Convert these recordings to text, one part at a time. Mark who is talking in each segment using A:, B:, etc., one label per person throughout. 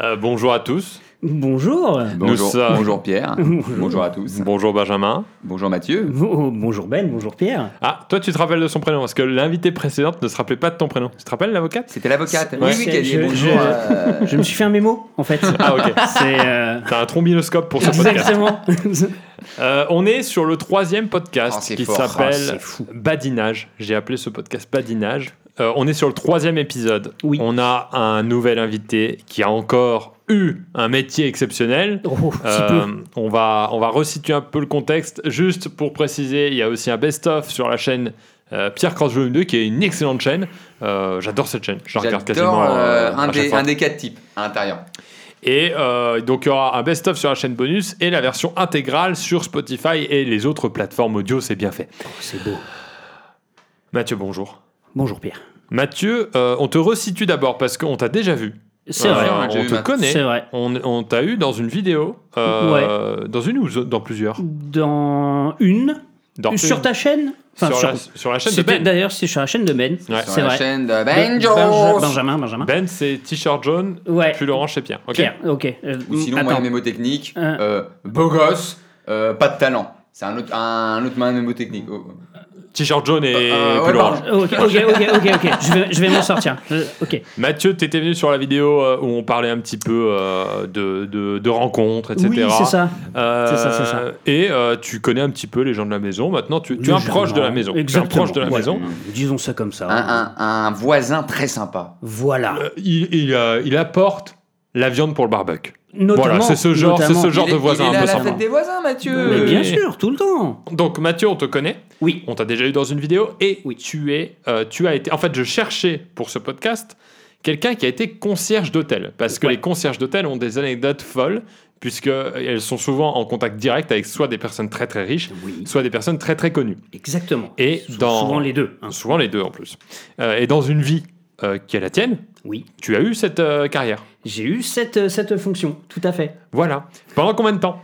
A: Euh, bonjour à tous.
B: Bonjour.
A: Nous
C: Bonjour,
A: sommes-
C: bonjour Pierre,
B: Bonjour.
C: bonjour. à tous,
A: Bonjour Benjamin.
C: bonjour Mathieu.
B: Bon- bonjour Ben, bonjour Pierre.
A: Ah, toi tu te rappelles de son prénom parce que l'invité précédente ne se rappelait pas de ton prénom. Tu te rappelles l'avocate
C: C'était l'avocate.
B: C'est-
C: Oui,
B: c'est-
C: oui, qui a dit
B: je-
C: bonjour.
B: je-
C: euh,
B: Je me suis fait un mémo en fait.
A: Ah ok.
B: C'est euh,
A: T'as un trombinoscope pour ce podcast.
B: exactement.
A: Euh, on est sur le troisième podcast
C: Oh, c'est
A: qui
C: fort.
A: s'appelle
B: Oh, c'est fou.
A: Badinage. J'ai appelé ce podcast Badinage. Euh, on est sur le troisième épisode.
B: Oui.
A: On a un nouvel invité qui a encore eu un métier exceptionnel.
B: Oh, petit
A: Euh,
B: peu.
A: on, va, on va resituer un peu le contexte. Juste pour préciser, il y a aussi un best-of sur la chaîne euh, Pierre Cross Volume 2, qui est une excellente chaîne. Euh, J'adore cette chaîne. Je la regarde
C: J'adore
A: quasiment
C: euh,
A: euh,
C: un,
A: à chaque
C: des,
A: fois.
C: un des quatre types à l'intérieur.
A: Et euh, donc, il y aura un best-of sur la chaîne bonus et la version intégrale sur Spotify et les autres plateformes audio. C'est bien fait.
B: Oh, c'est beau.
A: Mathieu, bonjour.
B: Bonjour Pierre.
A: Mathieu, euh, on te resitue d'abord parce qu'on t'a déjà vu.
B: C'est
A: Euh,
B: vrai.
C: ouais, j'ai
A: on
C: vu
A: te
C: Matt.
A: connaît.
B: C'est vrai.
A: On, on t'a eu dans une vidéo. euh, Dans une ou dans plusieurs
B: Dans une,
A: Dans
B: sur
A: une.
B: ta chaîne. Enfin,
A: sur,
B: sur-
A: la, sur la chaîne de
B: c'était-
A: Ben.
B: D'ailleurs, c'est sur la chaîne de Ben.
A: Ouais.
C: Sur
B: C'est
C: la
B: vrai.
C: chaîne
B: Ben-
C: de Benjos.
B: Benja- Benjamin, Benjamin.
A: Ben, c'est t-shirt jaune,
B: Hein Ouais.
A: pull orange chez Pierre. ok
B: Pierre, ok. Euh,
C: Ou sinon, moi,
B: attends.
C: les mémotechniques,
B: Euh.
C: euh, beau gosse, euh, pas de talent. C'est un autre, un autre mémotechnique. Oh, oh.
A: T-shirt jaune et
C: Euh, ouais,
A: pull
C: pardon.
A: orange.
B: Ok, ok, ok, ok, ok. Je vais, je vais m'en sortir. Euh, ok.
A: Mathieu, t'étais venu sur la vidéo euh, où on parlait un petit peu euh, de, de, de rencontres, etc.
B: Oui, c'est ça.
A: Euh,
B: C'est ça, c'est ça.
A: Et euh, tu connais un petit peu les gens de la maison. Maintenant, tu, tu es un
B: Légèrement.
A: proche de la maison. Tu es un
B: Exactement.
A: proche de la
B: Ouais.
A: maison.
B: Disons ça comme ça.
C: Un, un- un voisin très sympa.
B: Voilà.
A: Euh, il, il, euh, il apporte la viande pour le barbecue.
B: Notamment,
A: voilà, c'est ce genre, c'est
B: notamment-
A: ce genre
C: Il est-
A: de voisin
C: Il est
A: un
C: là à
A: peu
C: la
A: sympa.
C: fête des voisins, Mathieu.
B: Mais bien
A: Euh,
B: sûr, tout le temps.
A: Donc Mathieu, on te connaît.
B: Oui.
A: On t'a déjà eu dans une vidéo et
B: Oui.
A: tu es, euh, tu as été. En fait, je cherchais pour ce podcast quelqu'un qui a été concierge d'hôtel parce que
B: Ouais.
A: les concierges d'hôtel ont des anecdotes folles puisque euh, elles sont souvent en contact direct avec soit des personnes très très riches,
B: Oui,
A: soit des personnes très très connues.
B: exactement.
A: Et
B: Sou-
A: dans-
B: Souvent les deux. hein.
A: Souvent les deux en plus. Euh, et dans une vie euh, qui est la tienne,
B: Oui,
A: tu as eu cette euh, carrière.
B: j'ai eu cette, euh, cette fonction, tout à fait.
A: Voilà. Pendant combien de temps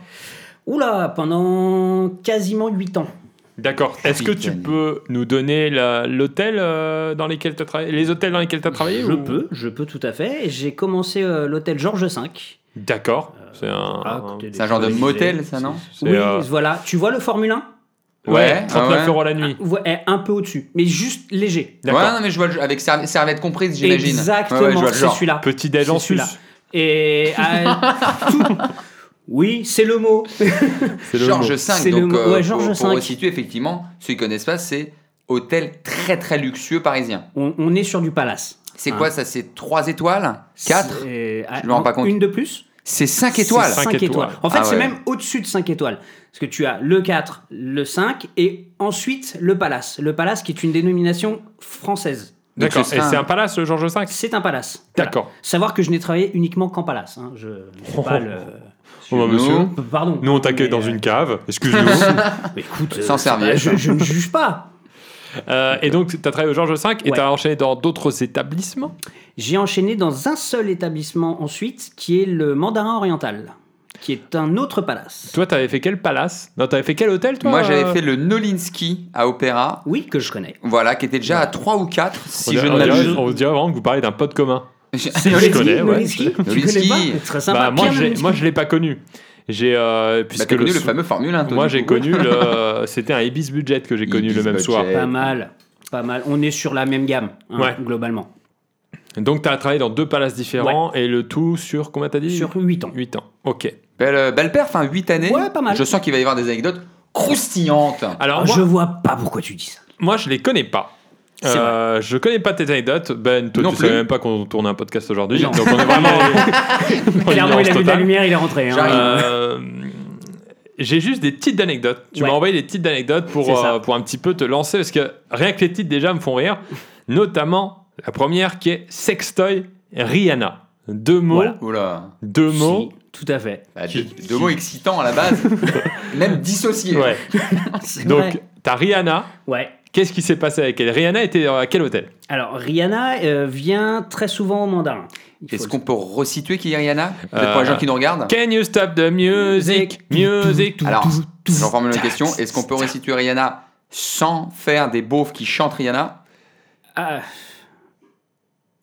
B: Oula, pendant quasiment 8 ans.
A: D'accord. Est-ce que tu
C: Putain.
A: peux nous donner la- l'hôtel euh, dans lesquels tu as travaillé, les hôtels dans lesquels tu as travaillé
B: Je
A: ou-
B: peux, je peux tout à fait. J'ai commencé euh, l'hôtel Georges V.
A: D'accord. C'est un,
B: à
A: un-
B: côté des
C: C'est un genre de
B: Champs-Élysées.
C: motel, ça, non
A: Ah, c'est,
B: Oui,
A: euh,
B: voilà. Tu vois le Formule 1
A: Ouais,
C: Ouais, ah
A: 39
C: ouais.
A: euros la nuit.
B: Ouais, eh, Un peu au-dessus, mais juste léger.
C: Ouais,
A: D'accord.
C: non, mais je vois le jeu- avec serv- serviette comprise, j'imagine.
B: Exactement,
C: Ouais, ouais, je vois le
B: c'est
C: genre.
B: celui-là.
A: Petit déj
B: C'est
A: en sus.
B: celui-là. Et euh, tout- Oui, c'est le mot.
A: C'est le
C: Georges
A: mot.
B: C'est
C: V,
B: le
C: donc
B: mot.
C: euh,
B: Ouais, Georges
C: pour, pour
B: V.
C: resituer, effectivement, ceux qui connaissent pas, c'est hôtel très très luxueux parisien.
B: On, on est sur du palace.
C: C'est
B: Ah.
C: quoi ça C'est 3 étoiles 4
B: C'est- euh,
C: Je me rends pas compte.
B: Une de plus
C: C'est 5 étoiles
A: cinq
B: 5 étoiles.
A: étoiles.
B: En fait,
C: Ah
B: c'est
C: ouais.
B: même au-dessus de 5 étoiles. Parce que tu as le 4, le 5 et ensuite le palace. Le palace qui est une dénomination française.
C: Donc,
A: D'accord.
C: ce
A: Et
C: sera
A: c'est
C: un-
A: un palace, le Georges V
B: C'est un palace. Voilà.
A: D'accord.
B: Savoir que je n'ai travaillé uniquement qu'en palace. hein. Je ne fais pas le.
A: Oh, bah, monsieur.
C: Nous.
B: Pardon.
A: Nous, on t'accueille
B: Mais,
A: dans
B: euh,
A: une cave. Excuse-nous.
B: mais écoute, euh,
C: Sans
B: c'est pas-
C: serviette.
B: Je, je ne juge pas.
A: Euh, et donc, tu as travaillé au Georges V et
B: Ouais.
A: tu as enchaîné dans d'autres établissements.
B: J'ai enchaîné dans un seul établissement ensuite, qui est le Mandarin Oriental, qui est un autre palace.
A: Toi, tu avais fait quel palace Non, tu avais fait quel hôtel, toi
C: Moi,
A: euh
C: j'avais fait le Nolinsky à Opéra,
B: Oui, que je connais.
C: voilà, qui était déjà à 3 ou 4, si
A: on,
C: je ne
A: dirait-
C: m'abuse.
A: on dirait vraiment que vous parlez d'un pote commun.
C: Je-
A: je connais, ouais.
B: Nolinski, tu connais
C: Nolinski.
B: pas C'est Très sympa.
A: Bah, moi,
B: Pierre
A: j'ai-
B: Nolinski.
A: moi, je ne l'ai pas connu. J'ai euh,
C: Bah,
A: puisque
C: t'as connu le
A: sou-
C: fameux Formule hein, 1, toi,
A: Moi,
C: du
A: j'ai
C: coup.
A: connu le. C'était un Ibis Budget que j'ai connu
C: Ibis
A: le même
C: Budget.
A: soir.
B: Pas mal, pas mal. On est sur la même gamme, hein,
A: Ouais.
B: globalement.
A: Donc, tu as travaillé dans deux palaces différents et le tout sur combien t'as dit
B: Sur 8 ans.
A: 8 ans. Ok.
C: Belle, euh, belle perf, 8 années.
B: Ouais, pas mal.
C: Je sens qu'il va y avoir des anecdotes croustillantes.
A: Alors, moi,
B: je vois pas pourquoi tu dis ça.
A: Moi, je les connais pas.
B: C'est vrai.
A: Euh, je connais pas tes anecdotes. Ben, toi,
C: Non
A: tu
C: plus.
A: savais même pas qu'on tournait un podcast aujourd'hui.
B: Non.
A: Donc, on est vraiment. en ignorance
B: Clairement, il a vu de la
A: totale.
B: lumière, il est rentré. hein.
C: J'arrive.
A: Euh, J'ai juste des petites anecdotes. Tu
B: Ouais.
A: m'as envoyé des petites anecdotes
B: C'est
A: pour,
B: ça.
A: euh, pour un petit peu te lancer parce que rien que les titres déjà me font rire. Notamment la première qui est Sextoy Rihanna. Deux mots,
B: Voilà.
C: Oula.
A: deux mots.
B: Si, tout à fait.
C: Bah,
A: Qui-
C: deux, deux mots excitants à la base, même dissociés.
A: Ouais.
B: Ah, C'est
A: Donc,
B: vrai.
A: t'as Rihanna.
B: Ouais.
A: Qu'est-ce qui s'est passé avec elle Rihanna était à quel hôtel
B: Alors, Rihanna euh, vient très souvent au mandarin. Il
C: Est-ce
B: faut
C: qu'on peut resituer qui est Rihanna Peut-être
A: Euh,
C: pour les gens qui nous regardent.
A: Can you stop the music, music
C: Alors, j'en formule une question. Est-ce qu'on peut resituer Rihanna sans faire des beaufs qui chantent Rihanna
B: le- Ah,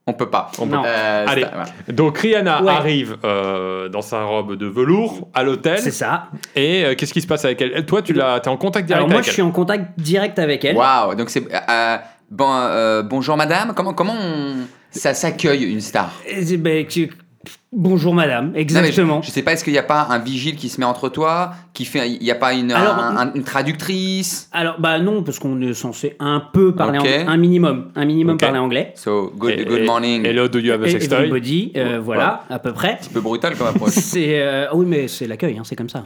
C: On peut pas.
A: On peut
B: Non.
C: Euh,
A: Allez.
C: ça- voilà.
A: Donc Rihanna
B: Ouais.
A: arrive euh, dans sa robe de velours à l'hôtel.
B: C'est ça.
A: Et euh, qu'est-ce qui se passe avec elle Elle, Toi, tu l'as, t'es en contact direct
B: Alors moi,
A: avec
B: je suis en contact direct avec elle.
C: Waouh. Donc c'est euh, bon, euh, bonjour madame. Comment comment on- ça s'accueille une star
B: Et, ben, tu- Bonjour madame,
C: Non, mais
B: exactement.
C: Je, je sais pas. Est-ce qu'il n'y a pas un vigile qui se met entre toi, qui fait Il n'y a pas une
B: Alors-
C: un- un- une traductrice
B: Alors bah non, parce qu'on est censé un peu parler
C: Ok.
B: anglais, un minimum, un minimum
A: Ok.
B: parler anglais.
C: So good
A: elle.
C: good morning.
A: Et
C: Un
A: là, do you have a
B: Et
A: sextoy
B: Everybody, euh, voilà, à peu près.
C: peu brutal comme approche.
B: C'est euh, ah oui, mais c'est l'accueil, hein, c'est comme ça.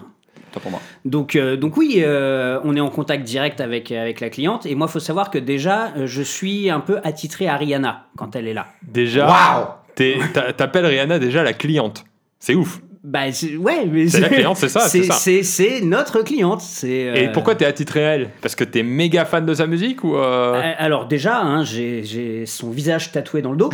C: Tant pour moi.
B: Donc, euh, donc oui, euh, on est en contact direct avec, euh, avec la cliente. Et moi, faut savoir que déjà, euh, je suis un peu attitré à Rihanna quand elle est là.
A: Déjà, t'es- t'a- t'appelles Rihanna déjà la cliente. C'est ouf.
B: Bah c'est- ouais, mais
A: C'est la cliente, c'est ça, c'est ça.
B: C'est c'est notre cliente. C'est. euh,
A: Et pourquoi t'es attitré à elle Parce que t'es méga fan de sa musique ou euh,
B: euh, Alors déjà, hein, j'ai j'ai son visage tatoué dans le dos.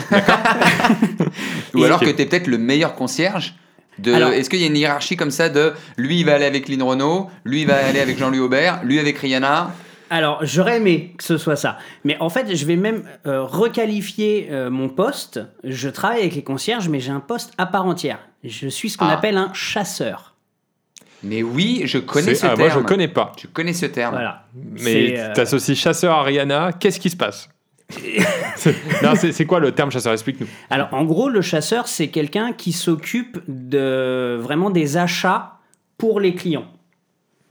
C: Ou
A: Et-
C: alors
A: Ok.
C: que tu es peut-être le meilleur concierge de...
B: Alors-
C: Est-ce qu'il y a une hiérarchie comme ça de lui il va aller avec Lynn Renault, lui il va aller avec Jean-Louis Aubert, lui avec Rihanna
B: Alors, j'aurais aimé que ce soit ça. Mais en fait, je vais même euh, requalifier euh, mon poste. Je travaille avec les concierges, mais j'ai un poste à part entière. Je suis ce qu'on
C: Ah.
B: appelle un chasseur.
C: Mais oui, je
A: c'est-
C: connais ce
A: ah,
C: terme.
A: Moi, je connais pas.
C: Je connais ce terme.
B: Voilà.
A: Mais
B: C'est, euh,
A: t'associes chasseur à Rihanna, qu'est-ce qui se passe C'est- Non, c'est c'est quoi le terme chasseur Explique-nous.
B: Alors, en gros, le chasseur, c'est quelqu'un qui s'occupe de vraiment des achats pour les clients.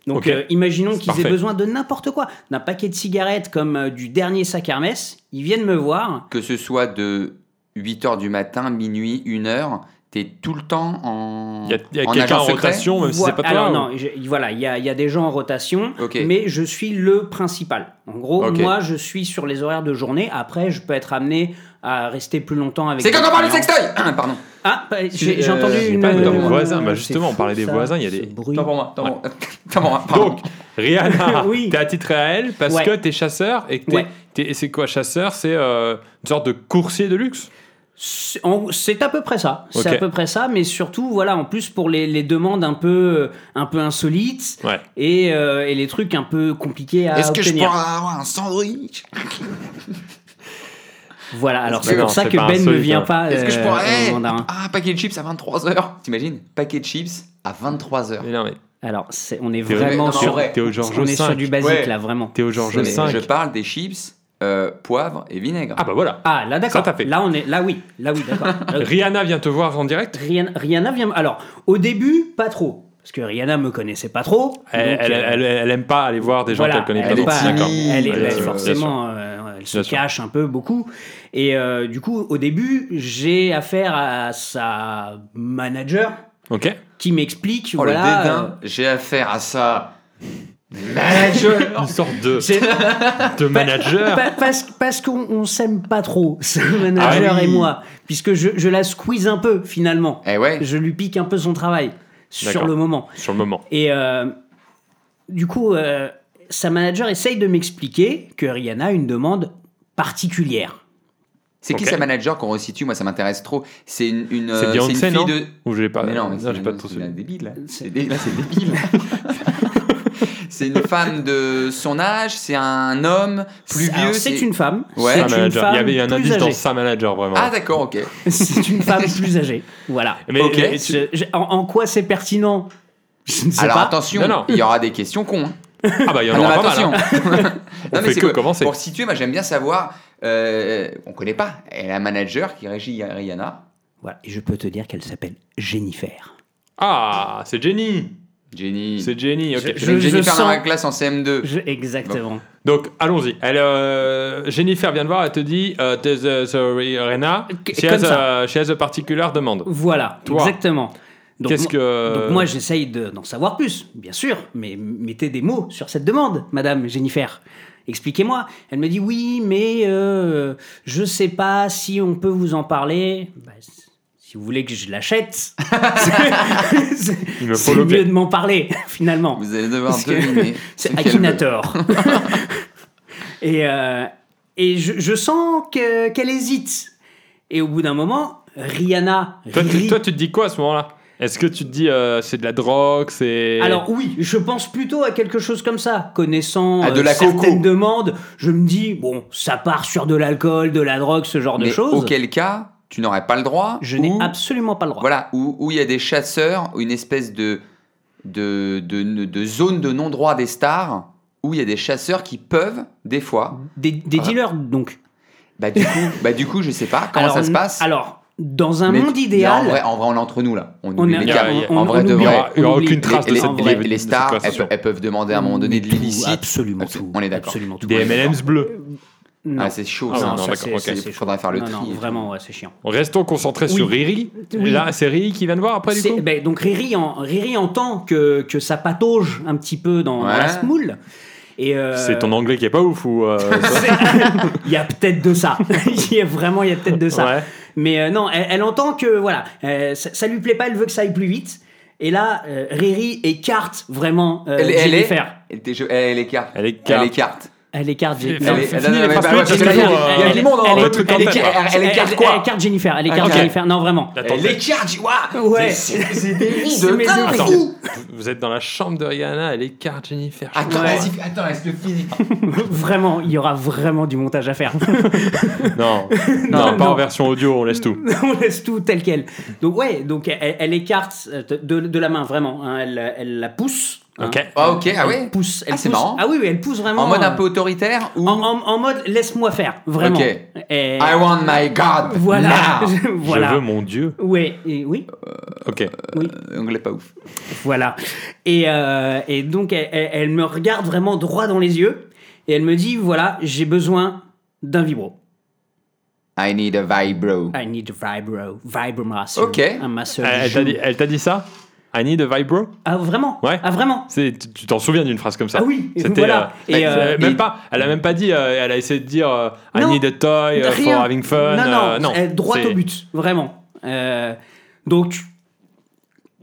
B: Donc,
A: Ok.
B: euh, imaginons qu'ils aient
A: parfait.
B: besoin de n'importe quoi, d'un paquet de cigarettes comme euh, du dernier sac Hermès. Ils viennent me voir.
C: Que ce soit de 8h du matin, minuit, 1h, tu es tout le temps en,
A: Il y a, il y a
C: en
A: quelqu'un
C: agent
A: en
C: secret
A: rotation, même si
B: Voi-
A: c'est pas toi. hein.
B: Alors
A: ou-
B: non, je- voilà, il y a, il y a des gens en rotation,
C: hein. Ok.
B: mais je suis le principal. En gros,
C: Ok.
B: moi, je suis sur les horaires de journée. Après, je peux être amené à rester plus longtemps avec.
C: C'est
B: des
C: quand on parle de
B: clients.
C: sextoy Pardon.
B: Ah, bah, j'ai
C: C'est,
B: j'ai
C: euh,
B: entendu
C: j'ai
B: une.
A: pas entendu
B: euh,
A: voisin. Bah,
B: c'est
A: justement, on
B: fou,
A: parlait des
B: ça,
A: voisins, il y a
B: ce
A: des-
B: bruit.
C: Tant pour moi. Tant pour moi. Tant pour moi, pardon.
A: Donc, Rihanna,
B: Oui.
A: t'es attitré à elle parce
B: Ouais.
A: que t'es chasseur et que t'es-
B: Ouais.
A: t'es- c'est quoi chasseur C'est euh, une sorte de coursier de luxe.
B: C'est en- c'est à peu près ça. C'est
A: Ok.
B: à peu près ça, mais surtout, voilà, en plus pour les, les demandes un peu, euh, un peu insolites
A: Ouais.
B: et, euh, et les trucs un peu compliqués à
C: Est-ce que je pourrais
B: Euh, obtenir.
C: avoir un sandwich
B: Voilà, alors
A: Est-ce
B: c'est
A: que-
B: pour
A: non,
B: ça
A: c'est
B: que
A: pas
B: Ben ne
A: insolite,
B: vient
A: hein.
B: pas.
C: Est-ce que je
B: euh,
C: pourrais
B: au mandarin.
C: Ah, un paquet de chips à 23h T'imagines Paquet de chips à 23h.
A: Mais non, mais
B: Alors, c'est- on est
A: T'es au-
B: vraiment
C: non,
B: sur.
C: vrai.
A: t'es au
B: on
A: Georges
B: est sur
A: 5.
B: du basique
C: Ouais.
B: là, vraiment.
A: T'es au Georges
C: Non, mais
A: 5.
C: Je parle des chips, euh, poivre et vinaigre.
A: Ah bah voilà.
B: Ah là
A: Ça,
B: d'accord.
A: t'as fait.
B: Là on est là oui, là oui d'accord. Euh,
A: Rihanna vient te voir en direct.
B: Rihanna, Rihanna vient. Alors au début pas trop parce que Rihanna me connaissait pas trop.
A: Elle,
B: donc,
A: elle,
B: euh,
A: elle- elle aime pas aller voir des gens
B: voilà,
A: qu'elle connaît
B: elle
A: pas. donc,
B: est pas-
A: d'accord.
B: Elle est,
A: hein. Bien
B: bah,
A: sûr, bien
B: forcément, euh, elle se
A: Bien sûr.
B: cache un peu beaucoup. Et euh, du coup, au début, j'ai affaire à sa manager
A: Ok.
B: qui m'explique,
C: Oh, le
B: voilà.
C: dédain,
A: euh,
C: j'ai affaire à ça. Manager
A: Une sorte de,
B: euh, c'est-
A: de manager.
B: Pa- parce parce qu'on on s'aime pas trop, ce manager
C: Ah oui.
B: et moi, puisque je, je la squeeze un peu finalement.
C: Eh ouais,
B: Je lui pique un peu son travail sur
A: D'accord.
B: le moment.
A: Sur le moment.
B: Et euh, du coup, euh, sa manager essaye de m'expliquer que Rihanna a une demande particulière.
C: c'est qui
A: Ok.
C: sa manager qu'on resitue Moi, ça m'intéresse trop. C'est une, une,
A: C'est
C: euh,
A: Beyoncé,
C: une fille
A: non
C: de.
A: Ou j'ai pas.
C: mais non, mais c'est-
A: j'ai pas trop
C: c'est
A: suivi.
C: la débile. là.
B: C'est-
C: C'est dé- Là, c'est débile. c'est une femme de son âge, c'est un homme plus
B: Alors,
C: vieux.
B: C'est une femme.
C: Ouais.
B: c'est
A: Sa
B: une
A: manager.
B: femme
A: Il y avait un
B: plus
A: indice dans
B: âgée.
A: sa manager vraiment.
C: Ah, d'accord, ok.
B: C'est une femme plus âgée. Voilà.
A: mais
C: ok.
A: mais tu-
B: Je- je- en, en quoi c'est pertinent Je ne sais
C: Alors,
B: pas.
C: attention,
A: Non, non.
C: il y aura des questions cons. hein.
A: ah bah il y en
C: Ah non,
A: aura
C: mais
A: pas mal.
C: attention.
A: hein. On
C: Non, mais
A: fait
C: c'est
A: que
C: pour-
A: commencer.
C: Pour situer, moi j'aime bien savoir. Euh, on connaît pas. Elle a un manager qui régit Rihanna.
B: Voilà. Et je peux te dire qu'elle s'appelle Jennifer.
A: Ah, c'est Jenny.
C: Jenny.
A: C'est Jenny. Ok.
B: Je-
C: Jennifer
B: je sens-
C: dans la classe en CM2.
A: Bah.
B: Je- exactement.
A: Donc allons-y. Elle, euh, Jennifer vient de voir. Elle te dit, euh, there's a- sorry, Rena.
B: Qu-
A: She
B: comme
A: has, a, she has a particular demande.
B: Voilà.
A: Toi.
B: Exactement. Donc,
A: Qu'est-ce
B: moi-
A: que
B: donc moi j'essaye de- d'en savoir plus, bien sûr, mais mettez des mots sur cette demande, Madame Jennifer. Expliquez-moi. Elle me dit oui, mais euh, je sais pas si on peut vous en parler. Bah, c- si vous voulez que je l'achète, c'est- c'est
A: Il me faut
B: c'est
A: l'objet.
B: mieux de m'en parler finalement.
C: Vous allez devoir
B: Parce que-
C: deviner. ce
B: C'est
C: qu'elle veut.
B: Akinator. et euh, et je, je sens que- qu'elle hésite. Et au bout d'un moment, Rihanna.
A: Toi, tu,
B: rit.
A: toi, tu te dis quoi à ce moment-là Est-ce que tu te dis euh, c'est de la drogue, c'est
B: Alors oui, je pense plutôt à quelque chose comme ça. Connaissant
C: À de
B: euh,
C: la coco.
B: certaines demandes, je me dis, bon, ça part sur de l'alcool, de la drogue, ce genre
C: Mais
B: de choses.
C: auquel cas, tu n'aurais pas le droit.
B: Je n'ai
C: ou-
B: absolument pas le droit.
C: Voilà, où où il y a des chasseurs, une espèce de, de, de, de zone de non-droit des stars, où il y a des chasseurs qui peuvent, des fois.
B: Des, des
C: Voilà.
B: dealers, donc.
C: Bah, du coup, bah, du coup je sais pas comment
B: alors,
C: ça se passe.
B: Alors, dans un
C: Mais-
B: monde
C: mais
B: idéal.
C: En vrai, en vrai, on est entre nous là. On
B: on
C: oublie
B: a-
C: les
A: y
C: câbles.
A: a-
B: on-
C: en
B: on
C: vrai, de
B: oublie-
A: Il y
C: vrai.
A: aura- il y aura
B: oublie-
A: aucune trace
C: Les,
A: de
C: les-
A: cette
B: en vrai,
A: de
C: les- les
A: cette
C: stars, elles,
A: conversation.
C: pe- elles peuvent demander à un moment donné de
B: Tout,
C: l'illicite.
B: Absolument
C: Absol-
B: tout.
C: on est d'accord.
B: Absolument tout.
A: Des M&M's bleus.
B: Non.
C: Ah, c'est chaud.
A: Ah,
C: ça.
A: non,
B: ça,
A: d'accord,
B: c'est-
A: ok.
B: c'est- c'est
C: Faudrait
B: chaud.
C: faire le
B: Non,
C: tri
B: non,
C: et tout.
B: vraiment, ouais, c'est chiant.
A: Restons concentrés sur Riri.
B: Oui.
A: Là, c'est Riri qui vient de voir après, du
B: C'est-
A: coup
B: ben, donc Riri, en, Riri entend que, que ça patauge un petit peu dans, dans
C: Ouais.
B: la semoule. Et euh,
A: C'est ton anglais qui est pas ouf ou. euh, ça
B: Il y a peut-être de ça. Il y a vraiment, il y a peut-être de ça.
A: Ouais.
B: Mais euh, non, elle, elle entend que voilà, euh, ça, ça lui plaît pas. Elle veut que ça aille plus vite. Et là, euh, Riri écarte vraiment euh,
C: Elle, elle est.
B: Jennifer.
C: Elle, était- je- elle écarte.
A: Elle écarte.
C: Elle écarte.
B: Elle écarte
A: Elle-
B: Jennifer.
A: elle-
C: est-
A: fais
C: non,
A: finir
C: non,
A: les
C: mais
A: phrases
C: bah,
A: toutes,
C: parce que là, il y a-
A: toujours,
C: il y a
A: euh,
C: du monde en
A: elle-
C: le truc en
A: elle-
C: tête,
A: elle-
C: là. Elle écarte quoi
B: Elle écarte Jennifer. Elle écarte
A: Ok.
B: Jennifer. Non, vraiment.
A: Attends,
C: Elle écarte. je- Waouh
B: Ouais.
C: C'est c'est des vies
B: C'est
C: de
B: mes
C: dingue.
A: Attends, vous êtes dans la chambre de Rihanna, elle écarte Jennifer.
C: Attends,
B: Ouais.
C: vas-y, attends, est-ce que physique
B: vraiment, il y aura vraiment du montage à faire.
A: Non, non,
B: Non,
A: pas
B: non.
A: en version audio, on laisse tout.
B: on laisse tout tel quel. Donc ouais, donc elle, elle écarte euh, de, de la main vraiment. hein, elle, elle la pousse. hein.
A: Ok.
C: Ah, ok, ah
B: Elle
C: ouais.
B: Pousse. Elle
C: Ah, c'est
B: pousse.
C: marrant.
B: Ah oui, oui, elle pousse vraiment.
C: En mode un
B: euh,
C: peu autoritaire ou
B: En, en- en mode laisse-moi faire, vraiment.
C: Ok.
B: Et-
C: I want my God
B: voilà.
C: now.
B: voilà.
A: Je veux mon Dieu.
B: Ouais, et oui,
A: Ok.
B: oui,
C: Euh, Anglais pas ouf.
B: voilà. Et, euh, et donc, elle, elle- elle me regarde vraiment droit dans les yeux et elle me dit voilà, j'ai besoin d'un vibro.
C: I need a vibro.
B: I need a vibro, vibromasseur.
C: Ok.
B: Un masseur.
A: Elle,
B: du
A: elle t'a
B: genou.
A: dit, elle t'a dit ça Annie de Vibro
B: Ah, vraiment
A: Ouais.
B: Ah, vraiment
A: C'est- tu tu t'en souviens d'une phrase comme ça
B: Ah oui, et
A: C'était,
B: voilà.
A: euh,
B: Et,
A: elle-
B: euh,
A: même
C: et-
A: pas, elle a même pas dit. euh, elle a essayé de dire euh, I
B: Non,
A: need a toy euh,
B: Rien.
A: for having fun.
B: Non, non,
A: euh, non.
B: elle- droit
A: C'est-
B: au but, vraiment. Euh, donc,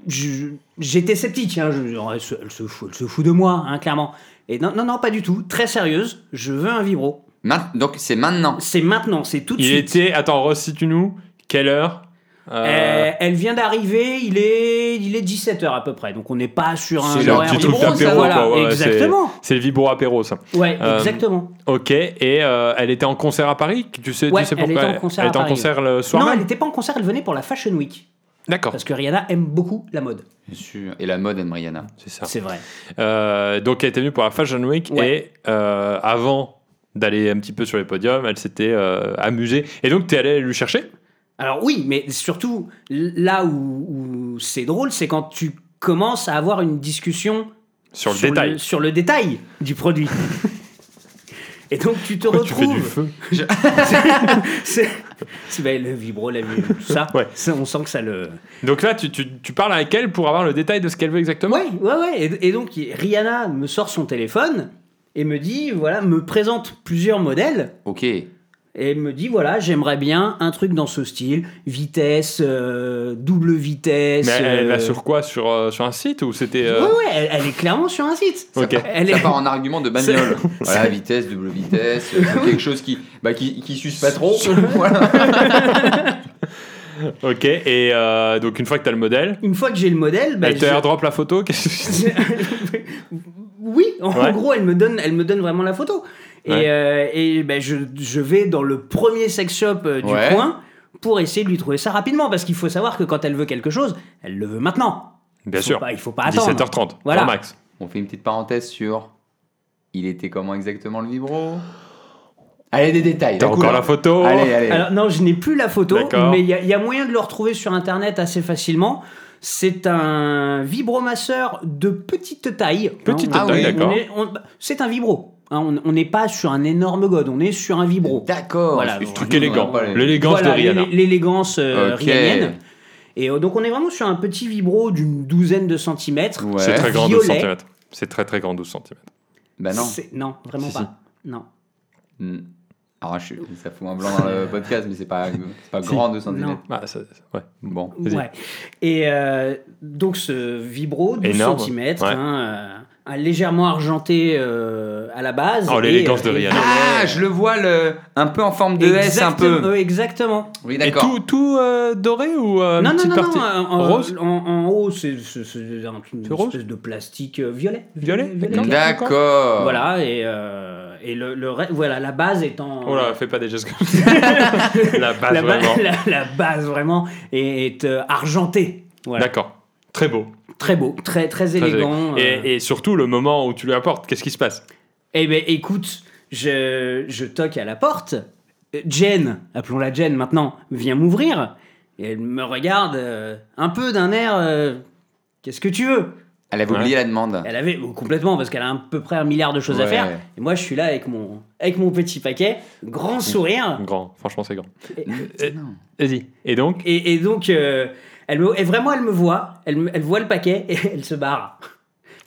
B: je- j'étais sceptique. hein, je- genre, elle, se, elle se fout, elle se fout de moi, hein, clairement. Et non, non, non, pas du tout. Très sérieuse. Je veux un vibro.
C: Main- Donc c'est maintenant.
B: C'est maintenant, c'est tout de
A: Il
B: suite.
A: était. Attends, resitue-nous. Quelle heure Euh,
B: Euh, elle vient d'arriver, il est, il est 17h à peu près, donc on n'est pas sur un
C: C'est leur
B: horaire
C: petit truc
B: vibro, ça,
C: d'apéro,
B: voilà,
A: quoi, ouais, ouais, c'est-
B: exactement.
A: C'est le vibro apéro, ça.
B: Ouais,
A: Euh,
B: exactement.
A: Ok, et euh, elle était en concert à Paris Tu sais,
B: Ouais,
A: tu sais
B: elle
A: pourquoi
B: était en concert
A: Elle
B: à
A: était en
B: Paris,
A: concert le soir
B: Non,
A: même
B: elle n'était pas en concert, elle venait pour la Fashion Week,
A: D'accord,
B: parce que Rihanna aime beaucoup la mode.
C: Bien sûr. Et la mode, Anne-Mariana.
A: c'est ça.
B: C'est vrai.
A: Euh, donc elle était venue pour la Fashion Week
B: Ouais.
A: et euh, avant d'aller un petit peu sur les podiums, elle s'était euh, amusée. Et donc t'es allé lui chercher
B: Alors oui, mais surtout, là où, où c'est drôle, c'est quand tu commences à avoir une discussion
A: sur le détail.
B: sur le détail du produit. Et donc tu te
A: Tu fais du
B: retrouves...
A: feu.
B: c'est- c'est- ben, le vibro, la vie, tout ça,
A: Ouais.
B: ça, on sent que ça le...
A: Donc là, tu, tu- tu parles avec elle pour avoir le détail de ce qu'elle veut exactement
B: Ouais, ouais, ouais. Et, et donc, Rihanna me sort son téléphone et me dit, voilà, me présente plusieurs modèles.
C: Ok.
B: Et me dit, voilà, j'aimerais bien un truc dans ce style, vitesse, euh, double vitesse.
A: Mais elle, elle
B: euh,
A: va sur quoi sur, euh, sur un site ou c'était...
B: Ouais,
A: euh,
B: ouais, elle, elle est clairement sur un site.
A: Ok.
B: Elle
C: Ça
B: est...
C: part en argument de bagnole. Voilà, vitesse, double vitesse, euh, quelque chose qui, bah, qui, qui suce pas trop. voilà.
A: Ok, et euh, donc une fois que t'as le modèle,
B: Une fois que j'ai le modèle, bah,
A: elle te
B: je-
A: airdrop la photo qu'est-ce que-
B: oui, en
A: Ouais.
B: gros, elle me donne, elle me donne vraiment la photo. Et,
A: Ouais.
B: euh, et ben, je, je vais dans le premier sex shop euh, du
C: Ouais.
B: coin pour essayer de lui trouver ça rapidement, parce qu'il faut savoir que quand elle veut quelque chose, elle le veut maintenant.
A: Bien
B: Faut
A: sûr.
B: pas- il faut pas attendre.
A: 17h30,
B: Bah, Voilà.
A: voilà. max.
C: On fait une petite parenthèse sur. Il était comment exactement le vibro Allez, des détails.
A: T'as
C: la
A: encore
C: couleur.
A: la photo
C: Allez, allez.
B: Alors non, je n'ai plus la photo,
A: D'accord.
B: mais il y, a- il y a moyen de le retrouver sur internet assez facilement. C'est un vibromasseur de petite taille. Hein,
A: Petite
B: on-
C: taille,
B: on est-
A: d'accord.
B: on est- on- C'est un vibro. hein, on- on n'est pas sur un énorme god, on est sur un vibro.
C: D'accord.
B: Voilà,
C: Parce que ce
A: Truc
C: nous, on
A: élégant.
C: n'a pas les-
A: L'élégance
B: Voilà,
A: de Rihanna.
B: l'é- L'élégance euh,
C: Ok.
B: rihannienne. Et euh, donc on est vraiment sur un petit vibro d'une douzaine de centimètres.
C: Ouais.
A: C'est très grand, 12
B: Violet.
A: cm. C'est très très grand, 12 cm.
C: Bah non.
B: C'est- non, vraiment
A: Si,
B: pas. Non.
C: Hmm. Alors, je suis- ça fout un blanc dans le podcast, mais c'est pas, c'est pas
A: Si.
C: grand de
B: Non.
C: centimètres.
A: Ah, ça- ça- ouais.
C: Bon.
A: Vas-y.
B: Ouais. Et euh, donc ce vibro, 12
A: Énorme.
B: cm,
A: Ouais.
B: euh, un légèrement argenté euh, à la base.
A: Oh,
B: et,
A: l'élégance
B: euh,
A: de
B: et
A: Rihanna.
C: Ah,
B: violet.
C: je le vois le, un peu en forme de S, un
B: Exactement,
C: peu.
B: euh, exactement.
C: Oui,
A: Et
C: d'accord.
A: tout, tout euh, doré ou euh,
B: non,
A: une
B: non,
A: petite
B: non,
A: partie
B: non, en,
A: Rose
B: en, en haut, c'est c'est- c'est un- une
A: C'est rose
B: espèce de plastique euh, violet.
A: Violet, d'accord.
C: D'accord.
B: Voilà, et, euh, et le, le re- voilà, la base étant.
A: Oh là, fais pas des gestes comme ça. la base,
B: la, ba-
A: vraiment.
B: la- la base vraiment est, est, euh, argentée. Voilà.
A: D'accord. Très beau.
B: Très beau, très, très
A: Très
B: élégant. euh.
A: Et, et surtout, le moment où tu lui apportes, qu'est-ce qui se passe
B: Eh ben, écoute, je, je toque à la porte. Euh, Jen, appelons-la Jen maintenant, vient m'ouvrir. Et elle me regarde euh, un peu d'un air. euh, Qu'est-ce que tu veux
C: Elle avait
A: Ouais.
C: oublié la demande.
B: Elle avait ou complètement parce qu'elle a à peu près un milliard de choses à
C: Ouais.
B: faire. Et moi, je suis là avec mon avec mon petit paquet, grand sourire.
A: Grand, franchement, c'est grand.
B: Ah. Et- euh,
A: Et-
C: Non.
A: Vas-y. Et donc
B: Et, et donc, euh, elle me, et vraiment, elle me voit. Elle, me- elle voit le paquet et elle se barre.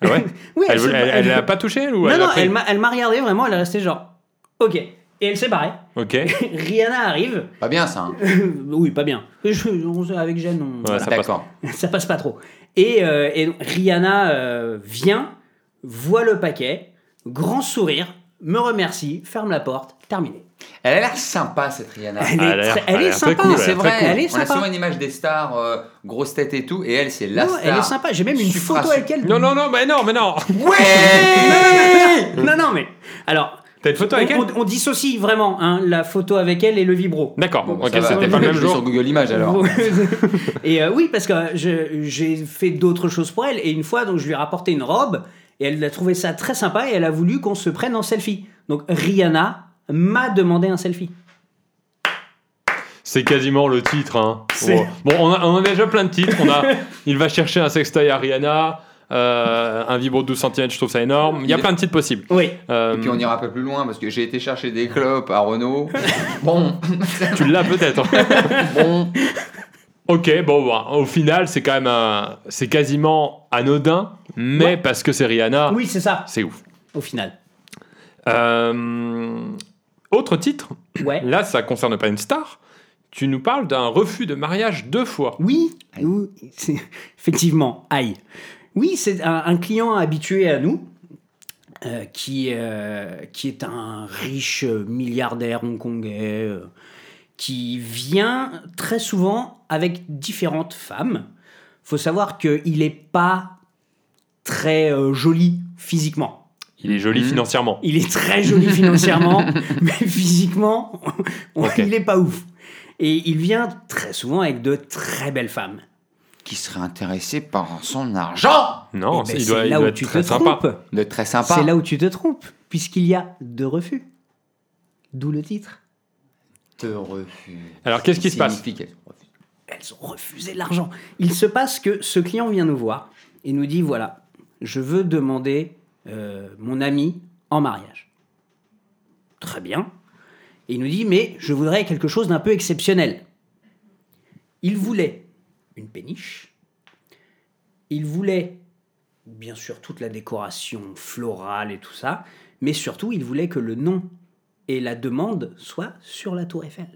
A: Ah ouais
B: oui,
A: Elle
B: se
A: elle-
B: barre.
A: elle l'a pas touché, elle ou
B: non,
A: elle
B: non,
A: l'a pris
B: elle m'a elle m'a regardé vraiment. Elle est restée genre, ok. Et elle s'est barrée.
A: Ok. Ouais,
B: Rihanna arrive.
C: Pas bien ça. hein.
B: oui, pas bien. Je- on- avec Jeanne, on- voilà.
A: ça passe.
C: D'accord.
B: ça passe pas trop. Et, euh, et donc, Rihanna euh, vient, voit le paquet, grand sourire, me remercie, ferme la porte, terminé.
C: Elle a l'air sympa cette Rihanna. Ah,
B: Elle est,
A: Ah, Elle a l'air-
B: très-
A: elle a
B: elle est
A: l'air très
B: sympa.
A: cool,
C: Mais c'est
A: elle
C: vrai,
B: Elle est
C: on a
B: sympa.
C: souvent une image des stars, euh, grosse tête et tout, et elle, c'est la
B: Non,
C: star.
B: elle est sympa. J'ai même une
C: Suffra-
B: photo avec elle.
A: Non, non, non, mais non, mais non
C: Ouais
B: non, non, non, mais alors,
A: T'as une photo
B: on,
A: avec elle
B: on- on dissocie vraiment hein, la photo avec elle et le vibro.
A: D'accord.
C: Bon, bah,
A: ok,
C: ça va,
A: c'était
C: je
A: pas le
C: vais
A: même
C: sur
A: jour.
C: Google Images alors.
B: et euh, oui, parce que je- j'ai fait d'autres choses pour elle. Et une fois, donc, je lui ai rapporté une robe. Et elle a trouvé ça très sympa. Et elle a voulu qu'on se prenne en selfie. Donc Rihanna m'a demandé un selfie.
A: C'est quasiment le titre. Hein.
B: C'est-
A: Bon, Bon, on, a, on a déjà plein de titres. On a, il va chercher un sextoy à Rihanna, euh, un vibro de 12 cm, je trouve ça énorme. Il y a
C: Il-
A: plein de titres possibles.
B: Oui.
A: Euh,
C: Et puis on ira un peu plus loin parce que j'ai été chercher des clopes à Renault. bon,
A: Tu l'as peut-être.
C: bon.
A: ok, bon, bah, au final, c'est quand même un- c'est quasiment anodin, mais
B: Ouais.
A: parce que c'est Rihanna,
B: Oui, c'est ça,
A: c'est ouf.
B: au final.
A: Euh, autre titre,
B: Ouais.
A: là, ça concerne pas une star. Tu nous parles d'un refus de mariage deux fois.
B: Oui, Ah oui, c'est- effectivement, aïe. Oui, c'est un, un client habitué à nous, euh, qui, euh, qui est un riche euh, milliardaire hongkongais, euh, qui vient très souvent avec différentes femmes. faut savoir qu'il n'est pas très euh, joli physiquement.
A: Il est joli
B: Mm.
C: Mhm.
A: financièrement.
B: Il est très joli financièrement, mais physiquement, on-
A: Ok.
B: il est pas ouf. Et il vient très souvent avec de très belles femmes.
C: Qui serait intéressé par son argent
A: Non,
B: Eh ben,
A: il
B: c'est
A: doit, il
B: là
A: doit
B: où
A: être
B: tu
A: très
B: te
A: sympa.
B: trompes.
C: De très sympa.
B: C'est là où tu te trompes, puisqu'il y a deux refus. D'où le titre.
C: Te refuse.
A: Alors, qu'est-ce qui se passe
C: Signifie qu'elle te refuse.
B: Elles ont refusé l'argent. Il se passe que ce client vient nous voir et nous dit voilà, je veux demander euh, mon ami en mariage. Très bien. Et il nous dit mais je voudrais quelque chose d'un peu exceptionnel. Il voulait une péniche. Il voulait bien sûr toute la décoration florale et tout ça, mais surtout il voulait que le nom et la demande soient sur la Tour Eiffel.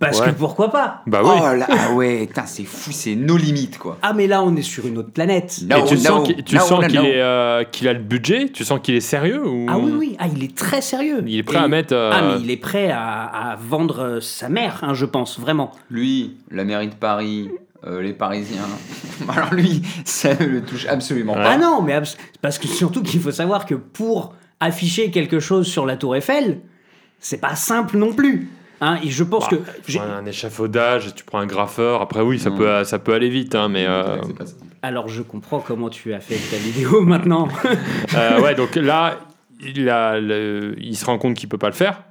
B: Parce
A: Ouais.
B: que pourquoi pas
A: Bah oui.
C: Oh là, ah ouais, putain, c'est fou, c'est nos limites quoi.
B: Ah mais là on est sur une autre planète.
C: No,
A: et tu
C: no,
A: sens qu'il, tu
C: no,
A: sens
C: no,
A: qu'il
C: no.
A: est, euh, qu'il a le budget, tu sens qu'il est sérieux ou...
B: Ah oui oui, ah il est très sérieux.
A: Il est prêt
B: Et-
A: à mettre. euh,
B: Ah mais il est prêt à, à vendre euh, sa mère, hein, je pense vraiment.
C: Lui, la mairie de Paris, euh, les Parisiens. Alors lui, ça ne le touche absolument
A: Ouais.
C: pas.
B: Ah non mais abs- parce que surtout qu'il faut savoir que pour afficher quelque chose sur la Tour Eiffel, c'est pas simple non plus. Hein, et je pense
A: bah,
B: que
A: tu
B: j'ai-
A: prends un échafaudage, tu prends un graffeur. Après oui, ça
C: Mm.
A: peut euh, ça peut aller vite, hein, mais euh,
C: C'est pas ça.
B: alors je comprends comment tu as fait avec ta vidéo maintenant.
A: euh, ouais. Donc là, il, a le- il se rend compte qu'il peut pas le faire.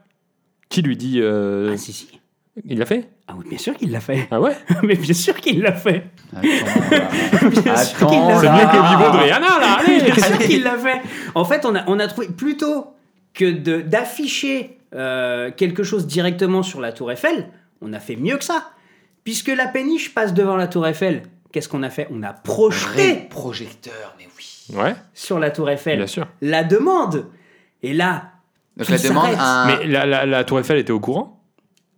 A: Qui lui dit euh,
B: ah si si.
A: Il l'a fait
B: Ah oui bien sûr qu'il l'a fait.
A: Ah ouais
B: mais bien sûr qu'il l'a fait.
C: Attends, là.
B: sûr qu'il l'a-
C: Attends,
A: C'est
B: Ah.
A: mieux
C: là.
A: que le vibro de Rihanna là. Allez.
B: bien sûr qu'il l'a fait. En fait, on a, on a trouvé plutôt que de- d'afficher euh, quelque chose directement sur la Tour Eiffel, on a fait mieux que ça. Puisque la péniche passe devant la Tour Eiffel, qu'est-ce qu'on a fait On a
C: Vrai
B: projeté
C: projecteur, mais oui.
A: Ouais,
B: sur la Tour Eiffel
A: bien sûr.
B: la demande. Et là,
C: Donc
B: Tout
C: la demande
B: s'arrête.
C: un-
A: Mais la, la- la Tour Eiffel était au courant.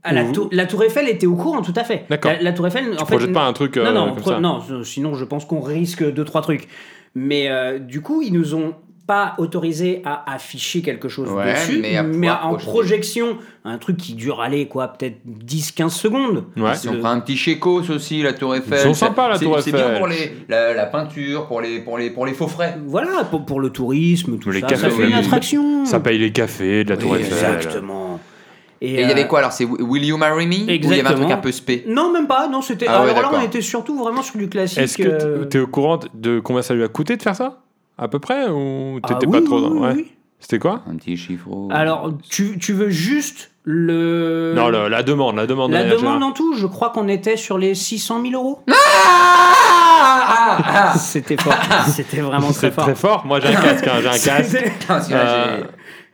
B: à la,
A: Vous-
B: tour, la Tour Eiffel était au courant, tout à fait.
A: Mmh. D'accord.
B: La, la Tour Eiffel, en
A: Tu
B: fait,
A: projettes pas un truc euh,
B: non, non,
A: comme
B: pro-
A: ça.
B: non, sinon je pense qu'on risque deux trois trucs. Mais euh, du coup, ils nous ont pas autorisé à afficher quelque chose
C: Ouais,
B: dessus,
C: mais à
B: mais,
C: pouvoir
B: en
C: projeter.
B: projection, un truc qui dure, allez, quoi, peut-être 10-15 secondes.
A: Ouais.
C: Si
B: Le-
C: on prend un petit chécos aussi, la Tour Eiffel.
A: sont
C: c'est-
A: sympas, la
C: c'est-
A: Tour
C: C'est bien
A: Eiffel.
C: pour les, la, la peinture, pour les, pour les, pour les faux frais.
B: Voilà, pour, pour le tourisme, tout
A: Les
B: ça,
A: cafés,
B: ça fait une
A: oui.
B: attraction.
A: Ça paye les cafés de la Tour
B: Oui,
A: Eiffel. euh.
B: Exactement.
C: Et il y avait quoi alors C'est Will You Marry Me Ou Il y avait un truc
B: euh, Exactement.
C: un peu spé.
B: Non, même pas. Non, c'était.
C: Ah ouais,
B: alors là,
C: d'accord.
B: on était surtout vraiment sur du classique.
A: Est-ce que
B: euh,
A: t- t'es au courant de combien ça lui a coûté de faire ça À peu près Ou
B: ah
A: t'étais
B: oui,
A: pas
B: oui,
A: trop dans-
B: oui,
A: ouais.
B: oui.
A: C'était quoi
C: Un petit chiffre.
B: Alors, tu, tu veux juste le.
A: Non, le- la demande, la demande. de
B: Euh, La
A: manière
B: demande
A: générale.
B: en tout, je crois qu'on était sur les 600 000 euros.
C: Ah, ah, ah
B: C'était fort. C'était vraiment très
A: C'est
B: fort.
A: très fort. Moi, j'ai un casque. hein, j'ai un casque.
B: C'était
C: Parce que là,
A: Euh,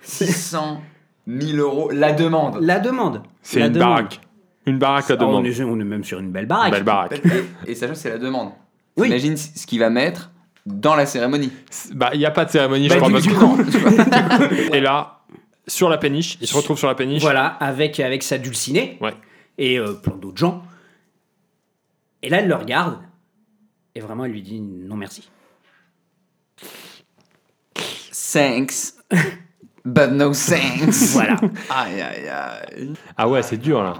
C: j'ai 600 000 euros la demande.
B: La demande.
A: C'est
B: La
A: une
B: demande.
A: baraque. Une baraque, la
B: Ah, on,
A: demande.
B: est, on est même sur une belle
A: Une
B: baraque.
A: belle baraque.
C: Et, et sachant que c'est la demande.
B: Oui.
C: Imagine ce qu'il va mettre dans la cérémonie.
A: C'est- Bah, il n'y a pas de cérémonie,
B: Bah,
A: je crois.
B: du-
A: parce
B: du
A: que-
B: coup,
A: Et là, sur la péniche, il se retrouve sur la péniche.
B: Voilà, avec, avec sa dulcinée.
A: Ouais.
B: Et euh, plein d'autres gens. Et là, elle le regarde. Et vraiment, elle lui dit non merci.
C: Thanks. But no thanks.
B: Voilà.
C: Aïe, aïe, aïe.
A: Ah ouais, c'est dur là.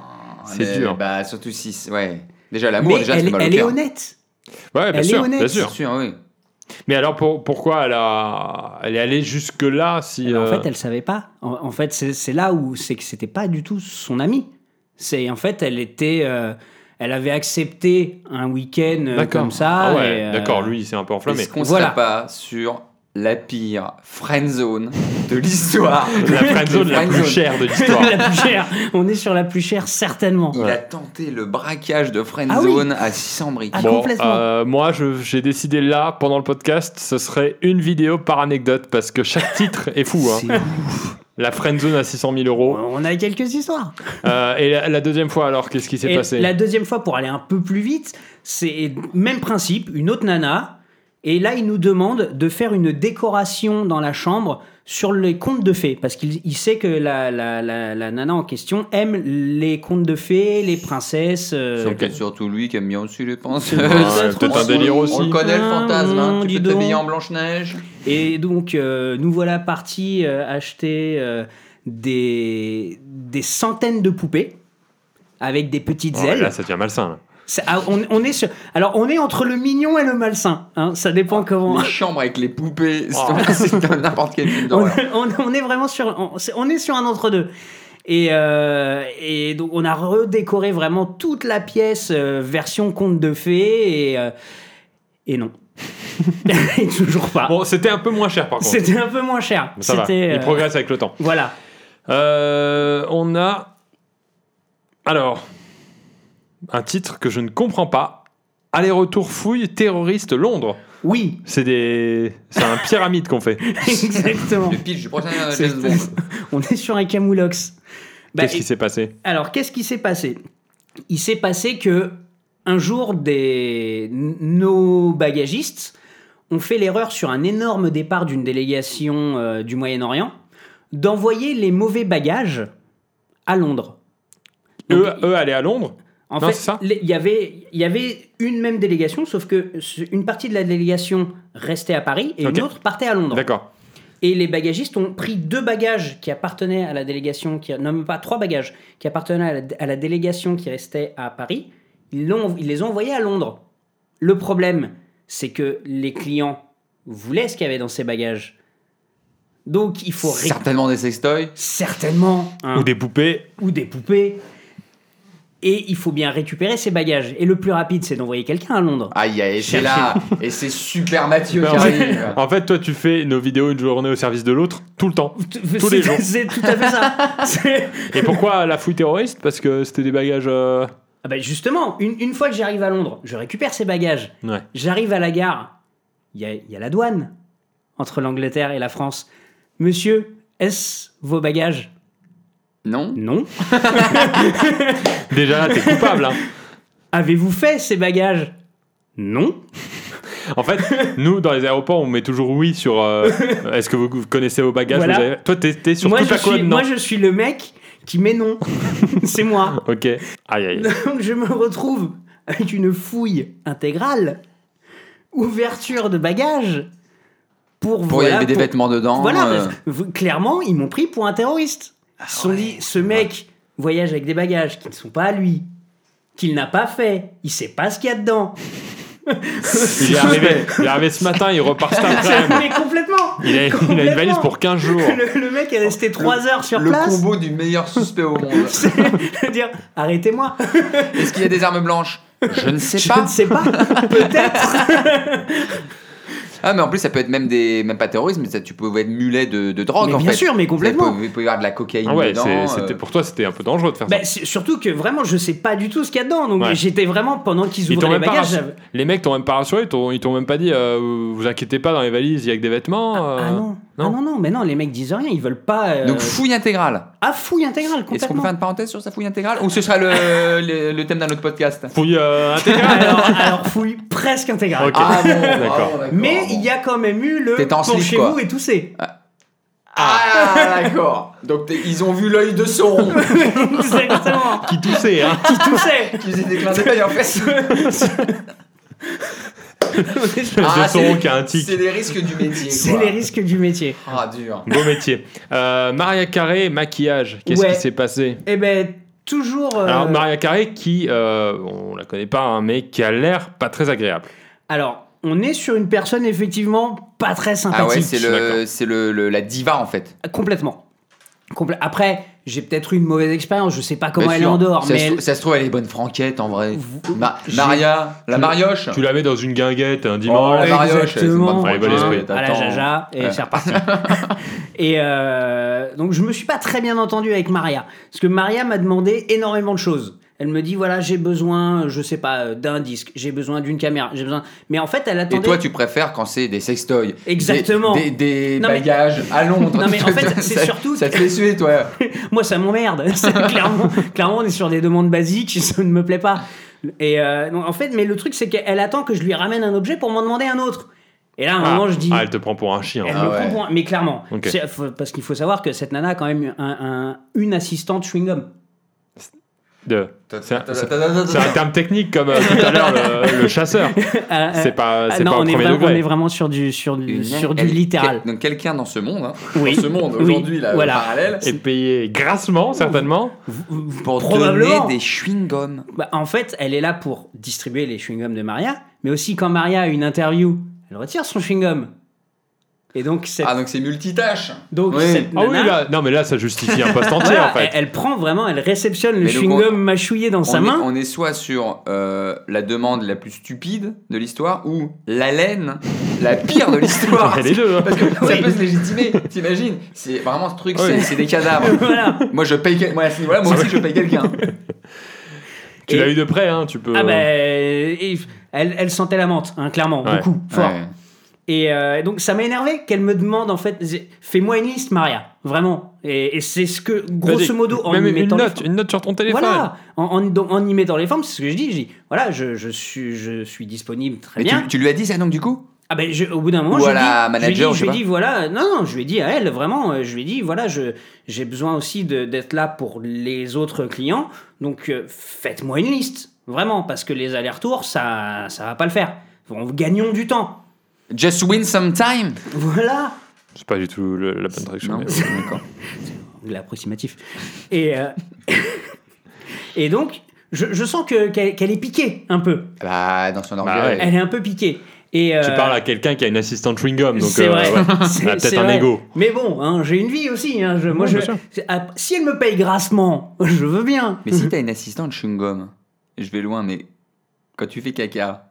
A: C'est
C: Mais,
A: dur.
C: Bah, surtout si. Ouais. Déjà, l'amour,
B: Mais
C: déjà,
B: elle,
C: c'est mal au
B: elle est
C: cœur.
B: honnête.
A: Ouais, bien
B: Elle est
A: sûr,
B: honnête.
A: bien
C: Bien
A: sûr.
C: sûr, oui.
A: Mais alors, pour- pourquoi elle, a... elle est allée jusque-là si,
B: Eh ben, En
A: euh,
B: fait, elle savait pas. En, en fait, c'est c'est là où c'est que c'était pas du tout son ami. C'est en fait, elle était, euh, elle avait accepté un week-end euh,
A: D'accord.
B: comme ça.
A: Ah ouais,
B: et, euh,
A: d'accord, lui, il s'est un peu enflammé.
C: Est-ce qu'on
B: Voilà.
C: serait pas sur la pire friendzone de l'histoire
A: La friendzone la plus
C: Friendzone.
A: chère de l'histoire.
B: la plus chère. On est sur la plus chère certainement.
C: Il
A: Ouais.
C: a tenté le braquage de
B: Ah oui.
C: friendzone à 600 briques.
B: Ah,
A: Bon,
B: complètement.
A: euh, moi, je- j'ai décidé là, pendant le podcast, ce serait une vidéo par anecdote, parce que chaque titre est fou. hein.
B: C'est-
A: La friendzone à 600 000 euros.
B: On a quelques histoires.
A: Euh, et la, la deuxième fois, alors, qu'est-ce qui s'est
B: Et
A: passé
B: La deuxième fois, pour aller un peu plus vite, c'est même principe, une autre nana. Et là, il nous demande de faire une décoration dans la chambre sur les contes de fées. Parce qu'il il sait que la, la- la- la nana en question aime les contes de fées, les princesses. euh,
C: C'est peut-être surtout lui qui aime bien aussi les
B: Ouais,
C: penseurs.
A: peut-être un délire aussi.
C: On le connaît le
B: Ah,
C: fantasme, hein.
B: dis
C: tu peux t'habiller
B: donc.
C: en Blanche-Neige.
B: Et donc, euh, nous voilà partis euh, acheter euh, des, des centaines de poupées avec des petites
A: Oh,
B: ailes.
A: Là, ça devient malsain. là.
B: C'est- ah, on, on est sur- alors, on est entre le mignon et le malsain. hein, ça
A: Ah,
B: dépend comment.
C: Les chambres avec les poupées, c'est
A: Oh.
C: c'est dans n'importe quel film
B: On,
C: d'horreur.
B: on- on est vraiment sur, on, c'est- on est sur un entre-deux. Et, euh, et donc, on a redécoré vraiment toute la pièce euh, version conte de fées. Et, euh, et non. Et toujours pas.
A: Bon, c'était un peu moins cher, par contre.
B: C'était un peu moins cher.
A: Ça va,
B: Ah. C'était,
A: il
B: euh,
A: progresse avec le temps.
B: Voilà.
A: Euh, on a. Alors. Un titre que je ne comprends pas. Aller-retour fouille terroriste Londres.
B: Oui,
A: C'est des. C'est un pyramide qu'on fait.
B: Bah, exactement.
C: Le pitch du prochain
B: C'est-
C: James Bond.
B: On est sur un camoulox. Bah,
A: Qu'est-ce qui s'est passé
B: Alors, qu'est-ce qui s'est passé Il s'est passé que un jour, des... nos bagagistes ont fait l'erreur sur un énorme départ d'une délégation euh, du Moyen-Orient d'envoyer les mauvais bagages à Londres. Donc,
A: Eux, eux allaient E, à Londres
B: En
A: Euh, Non,
B: fait,
A: c'est ça
B: les- il y avait- il y avait une même délégation, sauf que ce- une partie de la délégation restait à Paris et
A: Ok.
B: une autre partait à Londres.
A: D'accord.
B: Et les bagagistes ont pris deux bagages qui appartenaient à la délégation, qui, non même pas trois bagages, qui appartenaient à la, à la délégation qui restait à Paris. Ils, l'ont- ils les ont envoyés à Londres. Le problème, c'est que les clients voulaient ce qu'il y avait dans ces bagages. Donc il faut ré-
C: Certainement des sextoys.
B: certainement hein,
A: Ou des poupées.
B: ou des poupées. Et il faut bien récupérer ces bagages. Et le plus rapide, c'est d'envoyer quelqu'un à Londres.
C: Aïe, aïe, c'est
B: Cherchez.
C: là. Et c'est super Mathieu qui
A: Non,
C: arrive.
A: En fait, toi, tu fais nos vidéos une journée au service de l'autre, tout le temps. Tous les
B: C'est-
A: jours.
B: C'est tout à fait ça. C'est-
A: Et pourquoi la fouille terroriste Parce que c'était des bagages. euh,
B: Ah bah justement, une, une fois que j'arrive à Londres, je récupère ces bagages.
A: Ouais.
B: J'arrive à la gare. Il y a, il y a la douane entre l'Angleterre et la France. Monsieur, est-ce vos bagages
C: Non
B: Non.
A: Déjà là, t'es coupable. hein.
B: Avez-vous fait ces bagages Non.
A: En fait, nous, dans les aéroports, on met toujours oui sur euh, est-ce que vous connaissez vos bagages
B: Voilà.
A: vous avez- Toi, t'es t'es sur
B: moi,
A: toute
B: je
A: la
B: suis,
A: colonne, non
B: moi, je suis le mec qui met non. C'est moi.
A: Ok. Aïe, aïe.
B: Donc je me retrouve avec une fouille intégrale, ouverture de bagages, pour,
C: Pour y
B: voilà,
C: avait des
B: pour-
C: vêtements dedans.
B: Voilà,
C: euh, Ah
B: parce que, vous- clairement, ils m'ont pris pour un terroriste. Ils se sont dit, ce mec voyage avec des bagages qui ne sont pas à lui, qu'il n'a pas fait, il sait pas ce qu'il y a dedans.
A: Il est, arrivé, il est arrivé ce matin, il repart cet après-midi.
B: Ah, Mais complètement
A: Il a, il a une
B: Complètement.
A: valise pour 15 jours.
B: Le, le mec est resté 3 heures sur
C: le
B: place.
C: combo du meilleur suspect au monde.
B: C'est- je veux dire, arrêtez-moi,
C: Est-ce qu'il y a des armes blanches Je ne sais
B: je
C: pas.
B: ne sais pas, peut-être.
C: Ah, mais en plus, ça peut être même des. Même pas terrorisme, mais ça, tu pouvais être mulet de, de drogue
B: Mais
C: en
B: bien
C: fait.
B: sûr, mais complètement.
C: Vous pouvez, vous pouvez avoir de la cocaïne
A: Ah ouais,
C: dedans.
A: c'est-
C: euh,
A: c'était- pour toi, c'était un peu dangereux de faire ça.
B: Bah, c'est- surtout que vraiment, je sais pas du tout ce qu'il y a dedans. Donc
A: Ouais.
B: j'étais vraiment, pendant qu'ils
A: Ils t'ont
B: ouvraient les
A: même pas
B: bagages,
A: rassu-
B: j'avais-
A: Les mecs t'ont même pas rassuré, ils t'ont- ils t'ont même pas dit euh, vous inquiétez pas dans les valises, il y a que des vêtements. euh.
B: Ah non.
A: non.
B: Ah non, non, mais non, les mecs disent rien, ils veulent pas. euh,
C: Donc, fouille intégrale.
B: à fouille intégrale,
C: Est-ce qu'on peut
B: complètement.
C: faire une parenthèse sur sa fouille intégrale Ou ce sera le, le, le thème d'un autre podcast
A: Fouille euh, intégrale.
B: alors, alors, fouille presque intégrale.
A: Ok.
C: Ah bon,
A: D'accord.
C: ah bon,
B: Mais
C: bon.
B: il y a quand même eu le
C: T'es en
B: pour
C: slip,
B: chez
C: quoi.
B: vous et tousser.
C: Ah, d'accord. Donc t'es- ils ont vu l'œil de Sauron.
B: Exactement.
A: Qui toussait, hein.
B: Qui toussait.
C: Ils faisaient des clins d'œil en fait.
A: Dieu
C: Ah, c'est
A: Sauron
C: les-
A: qui a un tic.
C: C'est les risques du métier.
B: C'est
C: quoi.
B: les risques du métier.
C: Ah, dur.
A: Beau métier. Euh, Maria Carré, maquillage. Qu'est-ce
B: Ouais.
A: qui s'est passé
B: Eh ben, toujours. euh,
A: Alors Maria Carré, qui euh, on la connaît pas, hein, mais qui a l'air pas très agréable.
B: alors, on est sur une personne effectivement pas très sympathique.
C: Ah ouais, c'est le,
A: D'accord.
C: c'est le, le- la diva en fait.
B: Complètement. Compl- Après, j'ai peut-être eu une mauvaise expérience, je sais pas comment
C: Bien
B: elle
C: sûr.
B: est en dehors,
C: ça
B: mais
C: se,
B: elle-
C: trou- ça se trouve elle est bonne franquette en vrai. Ma-
B: J'ai-
C: Maria, la Marioche.
A: Tu la mets dans une guinguette un
C: Oh,
A: dimanche.
C: la Marioche, elle, c'est une
B: Exactement.
C: bonne
A: Ouais, bon
C: franquette,
A: esprit.
B: à la
C: attends.
B: jaja et
C: hein. Ouais.
B: c'est reparti. et euh, donc je me suis pas très bien entendu avec Maria parce que Maria m'a demandé énormément de choses. Elle me dit voilà j'ai besoin je sais pas euh, d'un disque, j'ai besoin d'une caméra, j'ai besoin. Mais en fait elle
C: Et
B: attendait.
C: toi, tu préfères quand c'est des sextoys, des-
B: Exactement.
C: des, des
B: Non, mais-
C: bagages à Londres.
B: Non, mais en fait,
C: Ça-
B: c'est
C: ça-
B: surtout-
C: ça te fait suer, toi.
B: Moi ça m'emmerde. C'est clairement, clairement on est sur des demandes basiques, ça ne me plaît pas. Et euh, donc, en fait mais le truc c'est qu'elle attend que je lui ramène un objet pour m'en demander un autre. Et là Oh, à un
A: Ah,
B: moment je dis
A: ah, elle te prend pour un chien.
B: Elle
C: Ah
B: me
C: ouais.
B: prend pour un- Mais clairement.
A: Ok.
B: C'est- faut- Parce qu'il faut savoir que cette nana a quand même un- un- une assistante chewing-gum. Euh,
A: De- C'est un, c'est- c'est un
C: Attends,
A: terme technique comme euh, tout à l'heure le, le chasseur.
B: Euh, euh,
A: C'est pas,
B: ah,
A: c'est
B: non,
A: pas au
B: on, est
A: premier
B: vraiment, on est
A: degré.
B: vraiment sur du, sur du,
C: Une-
B: sur du
C: elle-
B: littéral.
C: quel- donc quelqu'un dans ce monde, hein,
B: Oui.
C: dans ce monde
B: Oui.
C: aujourd'hui, là,
B: Voilà.
C: parallèle,
A: Et payé grassement, certainement.
C: pour
B: Probablement.
C: donner des chewing-gums.
B: Bah, en fait, elle est là pour distribuer les chewing-gums de Maria, mais aussi quand Maria a une interview, elle retire son chewing-gum. Et donc, cette,
C: Ah, donc c'est multitâche.
B: donc
C: oui.
B: cette
A: Ah
B: nana,
A: oui, là, non mais là ça justifie un poste entier
B: voilà,
A: en fait.
B: elle, elle prend vraiment, elle réceptionne le
C: Mais le
B: chewing-gum
C: con-
B: mâchouillé dans sa
C: on,
B: main.
C: Est, on est soit sur euh, la demande la plus stupide de l'histoire ou la laine la pire de l'histoire.
A: Ouais, les deux, hein.
C: Parce que ça peut se légitimer, t'imagines C'est vraiment ce truc, c'est-
A: Oui.
C: c'est des cadavres.
B: Voilà.
C: moi, je paye quel- moi, à ce niveau-là, moi aussi, je paye quelqu'un.
A: Tu
B: Et-
A: l'as eu de près, hein, tu peux.
B: Ah bah, et- elle, elle sentait la menthe, hein, clairement,
A: euh, Ouais.
B: beaucoup, fort.
C: Ouais.
B: Et euh, donc ça m'a énervé qu'elle me demande en fait, fais-moi une liste, Maria, vraiment. Et, et c'est ce que,
A: Vas-y,
B: grosso modo, en
A: même
B: y
A: une
B: mettant les
A: note,
B: formes-
A: une note sur ton téléphone.
B: Voilà, en, en- donc, en y mettant les formes, c'est ce que je dis. Je dis, voilà, je, je suis, je suis disponible, très
C: Mais
B: bien.
C: tu, tu lui as dit ça donc du coup
B: Ah ben, je- au bout d'un moment,
C: Ou
B: je
C: à
B: lui ai
C: la
B: dit-
C: manager,
B: je lui ai dit- je
C: je sais
B: lui ai dit, voilà, non, non, je lui ai dit à elle, vraiment, euh, je lui ai dit, voilà, je, j'ai besoin aussi de- d'être là pour les autres clients, donc euh, faites-moi une liste, vraiment, parce que les allers-retours, ça, ça va pas le faire. Bon, gagnons du temps.
C: Just win some time
B: Voilà.
A: C'est pas du tout le- la bonne traduction.
C: Non,
A: mais-
C: d'accord.
B: de l'approximatif. Et, euh, et donc, je, je sens que- qu'elle qu'elle est piquée un peu.
C: Bah, dans son orgueil.
A: Bah ouais.
B: Elle est un peu piquée. Et,
A: Tu
B: euh,
A: parles à quelqu'un qui a une assistante chewing gum, donc
B: C'est
A: euh,
B: vrai.
A: ouais.
B: C'est-
A: elle a peut-être
B: c'est
A: un
B: vrai.
A: ego.
B: Mais bon, hein, j'ai une vie aussi. hein, je- moi,
A: Oui,
B: je,
A: bien sûr.
B: c'est- ah, si elle me paye grassement, je veux bien.
C: Mais si t'as une assistante chewing-gum, je vais loin, mais quand tu fais caca.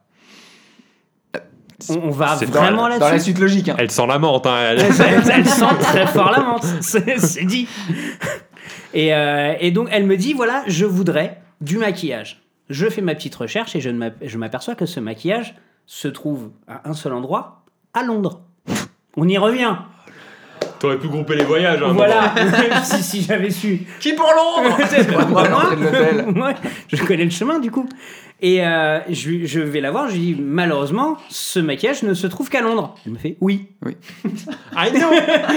B: On, on va
A: C'est
B: vraiment
C: dans la
B: là-dessus.
C: suite logique. hein.
A: Elle sent la menthe. hein, elle-
B: Elle, elle- elle sent très fort la menthe. C'est c'est dit. Et, euh, et donc, elle me dit voilà, je voudrais du maquillage. Je fais ma petite recherche et je ne m'ap- je m'aperçois que ce maquillage se trouve à un seul endroit, à Londres. On y revient.
A: T'aurais pu grouper les voyages. hein,
B: Voilà. si si j'avais su.
C: Qui pour Londres Moi, à l'entrée de l'hôtel.
B: Moi, je connais le chemin du coup. Et euh, je, lui- je vais la voir, je lui dis malheureusement, ce maquillage ne se trouve qu'à Londres. Elle me fait oui.
A: Ah non
C: Ah,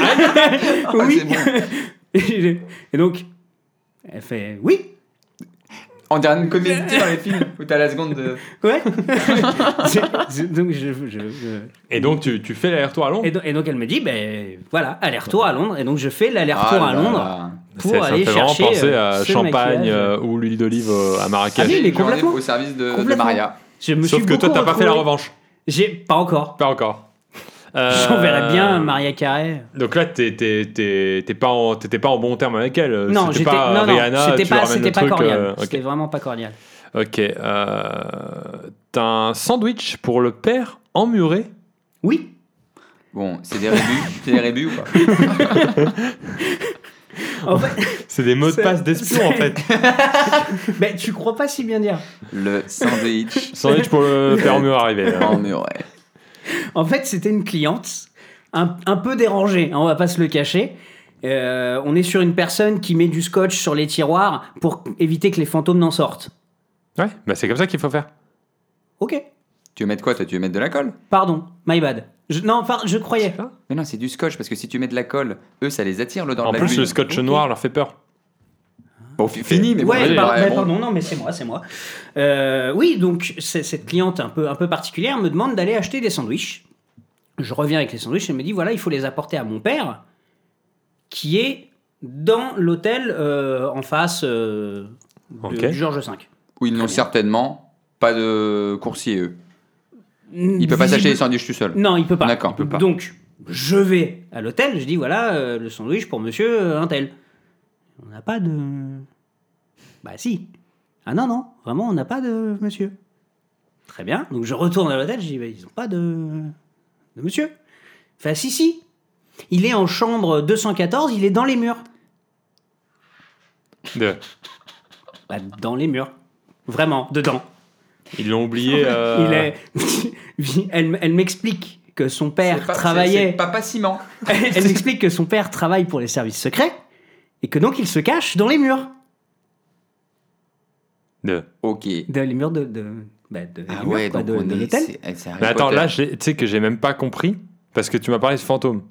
A: Ah,
B: oui.
C: c'est bon.
B: Et je- et donc, elle fait oui.
C: On dirait une comédie dans les films où t'as la seconde de.
B: Ouais. C'est- c'est- donc, je- je- je-
A: Et donc, tu, tu fais l'aller-retour à Londres
B: Et, do- et donc elle me dit, ben voilà, aller-retour à Londres. Et donc je fais l'aller-retour
C: Ah
B: à
C: là
B: Londres
C: là.
B: pour
A: Ça- ça me
B: aller
A: fait
B: chercher
A: vraiment penser
B: euh,
A: à
B: ce
A: Champagne
B: maquillage.
A: euh, ou l'huile d'olive euh, à Marrakech.
B: Ah oui, mais
C: Une journée
B: complètement.
C: Au service de, de
B: Complètement.
C: Maria.
B: Je me
A: Sauf
B: suis
A: que toi,
B: beaucoup
A: t'as pas fait la
B: retrouvé.
A: revanche.
B: J'ai pas encore.
A: Pas encore. Euh,
B: J'enverrai bien Maria Carré.
A: Donc là, t'es- t'es- t'es- t'es pas en- t'étais pas en bon terme avec elle. euh,
B: Non,
A: c'était
B: j'étais
A: pas
B: non, non,
A: Rihanna,
B: c'était
A: tu
B: pas,
A: ramènes le
B: c'était pas
A: truc,
B: cordial.
A: euh, ok.
B: C'était vraiment pas cordial.
A: Ok. euh, T'as un sandwich pour le père emmuré.
B: Oui.
C: Bon, c'est des rébus, c'est des rébus ou pas
B: En fait,
A: C'est des mots de
B: C'est-
A: passe d'espion en
B: c'est-
A: fait.
B: ben, tu crois pas si bien dire.
C: Le sandwich
A: Sandwich pour le père emmuré arrivé. là.
C: en muret.
B: En fait, c'était une cliente un, un peu dérangée, hein, on va pas se le cacher. Euh, on est sur une personne qui met du scotch sur les tiroirs pour éviter que les fantômes n'en sortent.
A: Ouais, bah c'est comme ça qu'il faut faire.
B: Ok,
C: Tu veux mettre quoi toi Tu veux mettre de la colle
B: pardon, my bad. Je- non, enfin, je croyais.
A: pas.
C: Mais non, c'est du scotch parce que si tu mets de la colle, eux ça les attire l'odeur
A: En
C: de la
A: plus,
C: glu.
A: le scotch
B: Ok.
A: noir leur fait peur.
C: Bon, fi- fini, mais bon,
B: ouais,
C: vas-y,
B: par-
C: ouais,
B: mais
C: bon.
B: pardon, non, mais c'est moi, c'est moi. Euh, oui, donc c'est- cette cliente un peu, un peu particulière me demande d'aller acheter des sandwichs. Je reviens avec les sandwichs, elle me dit voilà, il faut les apporter à mon père, qui est dans l'hôtel euh, en face euh, de-
A: Ok.
B: du Georges V.
C: Ou ils n'ont certainement pas de coursier eux. Ils peuvent pas s'acheter les sandwichs tout seuls.
B: Non, il peut pas.
C: D'accord. Il peut pas.
B: Donc, je vais à l'hôtel, je dis voilà, euh, le sandwich pour monsieur euh, un tel. On n'a pas de. Bah si. Ah non, non, vraiment, on n'a pas de monsieur. Très bien. Donc, je retourne à l'hôtel, je dis bah, ils n'ont pas de. de monsieur. Enfin, si, si. Il est en chambre 214, il est dans les murs.
A: De-
B: Bah, dans les murs. Vraiment, dedans.
A: Ils l'ont oublié. euh,
B: Il est... elle elle m'explique que son père
C: C'est pas- c'est-
B: travaillait.
C: c'est Papa Ciment.
B: Elle elle m'explique que son père travaille pour les services secrets et que donc il se cache dans les murs.
A: de-
C: Ok.
B: Dans les murs de, de, bah, de,
C: Ah
B: les murs,
C: ouais,
B: Ah quoi,
C: donc
B: de-
C: on
B: de
C: est.
B: l'hôtel.
C: c'est- eh, c'est Harry
A: Mais attends,
C: Potter.
A: là, j'ai- tu sais que j'ai même pas compris parce que tu m'as parlé de fantôme.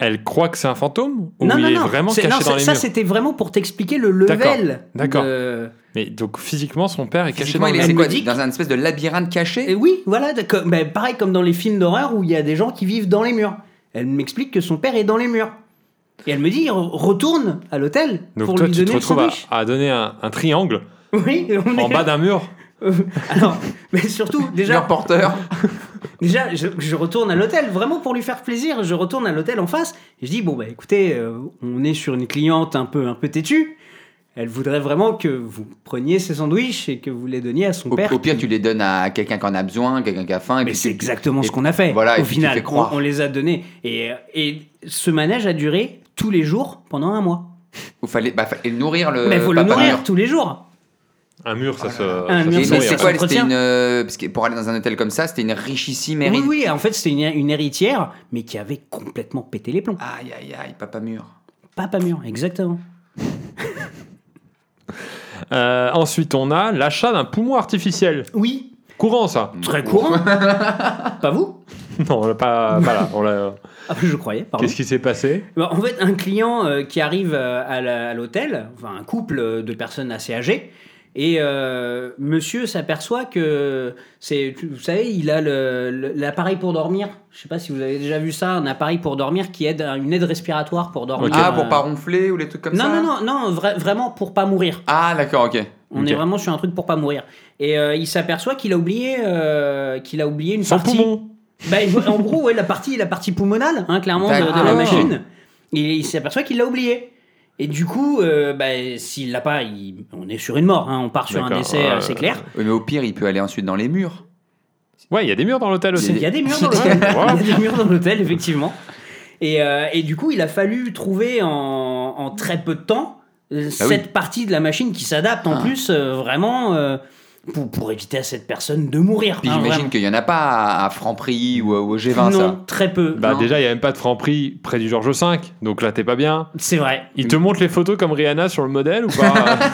A: Elle croit que c'est un fantôme ou il est vraiment
B: c'est-
A: caché
B: non,
A: dans
B: c'est-
A: les
B: ça,
A: murs.
B: c'était vraiment pour t'expliquer le level.
A: D'accord, d'accord.
B: de-
A: Mais donc physiquement, son père est caché
C: Physiquement,
A: dans les
C: il est
A: murs.
C: c'est
B: Elle
C: quoi
B: me dit
C: Dans un espèce de labyrinthe
B: Et
C: caché
B: oui, voilà, de- comme- bah, pareil comme dans les films d'horreur où il y a des gens qui vivent dans les murs. Elle m'explique que son père est dans les murs. Et elle me dit, re- retourne à l'hôtel
A: Donc
B: pour
A: toi,
B: lui
A: tu te
B: donner le
A: retrouves à,
B: sandwich.
A: à donner un, un triangle
B: Oui, on
A: en
B: est-
A: bas d'un mur.
B: Alors, mais surtout, déjà,
C: Leur porteur
B: Déjà, je, je retourne à l'hôtel, vraiment pour lui faire plaisir. Je retourne à l'hôtel en face. Et je dis, bon, bah écoutez, euh, on est sur une cliente un peu, un peu têtue. Elle voudrait vraiment que vous preniez ses sandwichs et que vous les donniez à son
C: Au,
B: père.
C: au pire, tu les donnes à quelqu'un qui en a besoin, quelqu'un qui a faim. et
B: Mais
C: puis
B: c'est
C: tu-
B: exactement
C: et-
B: ce qu'on a fait.
C: voilà, et
B: Au
C: puis tu
B: final,
C: fais croire.
B: on, on les a donnés. Et, euh, et ce manège a duré tous les jours pendant un mois.
C: Il fallait, bah, fallait nourrir le.
B: Mais il faut le
C: papa
B: nourrir
C: mur.
B: tous les jours.
A: Un mur, ça se.
B: Ah, Un
A: ça
B: mur,
A: se
C: Et
A: nourrit,
B: ça
C: mais
B: se-
A: ouais.
C: c'est
B: ça
C: quoi C'était
B: s'entretient.
C: une. euh, parce que pour aller dans un hôtel comme ça, c'était une richissime hérite-
B: Oui, oui, en fait, c'était une, une héritière, mais qui avait complètement pété les plombs.
C: Aïe, aïe, aïe, papa mur.
B: Papa mur, exactement.
A: Euh, ensuite, on a l'achat d'un poumon artificiel.
B: Oui,
A: Courant, ça
C: Mm.
B: très courant. Pas vous
A: Non, on l'a pas, pas là. on l'a-
B: Ah, je croyais, pardon.
A: Qu'est-ce qui s'est passé
B: Bah, en fait, un client euh, qui arrive euh, à la- à l'hôtel, enfin un couple euh, de personnes assez âgées, et euh, monsieur s'aperçoit que, c'est, tu- vous savez, il a le- le- l'appareil pour dormir. Je sais pas si vous avez déjà vu ça, un appareil pour dormir qui aide, à- une aide respiratoire pour dormir.
A: Ok.
C: Ah,
B: Euh,
C: pour pas ronfler ou les trucs comme
B: non,
C: ça
B: non, non, non, vra- vraiment pour pas mourir.
C: Ah, d'accord, ok.
B: On
A: Ok.
B: est vraiment sur un truc pour pas mourir. Et euh, il s'aperçoit qu'il a oublié, euh, qu'il a oublié une
A: Sans
B: partie.
A: poumon.
B: Bah, il voit- en gros, ouais, la partie, la partie pulmonale, hein, clairement, de, de la
C: D'accord.
B: machine. Il, il s'aperçoit qu'il l'a oublié. Et du coup, euh, bah, s'il l'a pas, il- on est sur une mort. hein, on part sur un
A: D'accord,
B: décès
A: euh,
B: assez clair.
C: Oui, mais au pire, il peut aller ensuite dans les murs.
A: Ouais, il y a des murs dans l'hôtel aussi.
B: Il y a des murs dans l'hôtel. Il y a des murs dans l'hôtel, effectivement. Et, euh, et du coup, il a fallu trouver en, en très peu de temps euh,
C: Ah oui.
B: cette partie de la machine qui s'adapte en
C: Ah.
B: plus euh, vraiment euh, pour, pour éviter à cette personne de mourir.
C: Puis
B: hein,
C: j'imagine
B: vraiment.
C: qu'il y en a pas à, à Franprix ou, ou au G20, ça.
B: Non, très peu.
A: Bah,
B: Non.
A: déjà, il y a même pas de Franprix près du Georges V, donc là, t'es pas bien.
B: C'est vrai.
A: Il te montre les photos comme Rihanna sur le modèle ou pas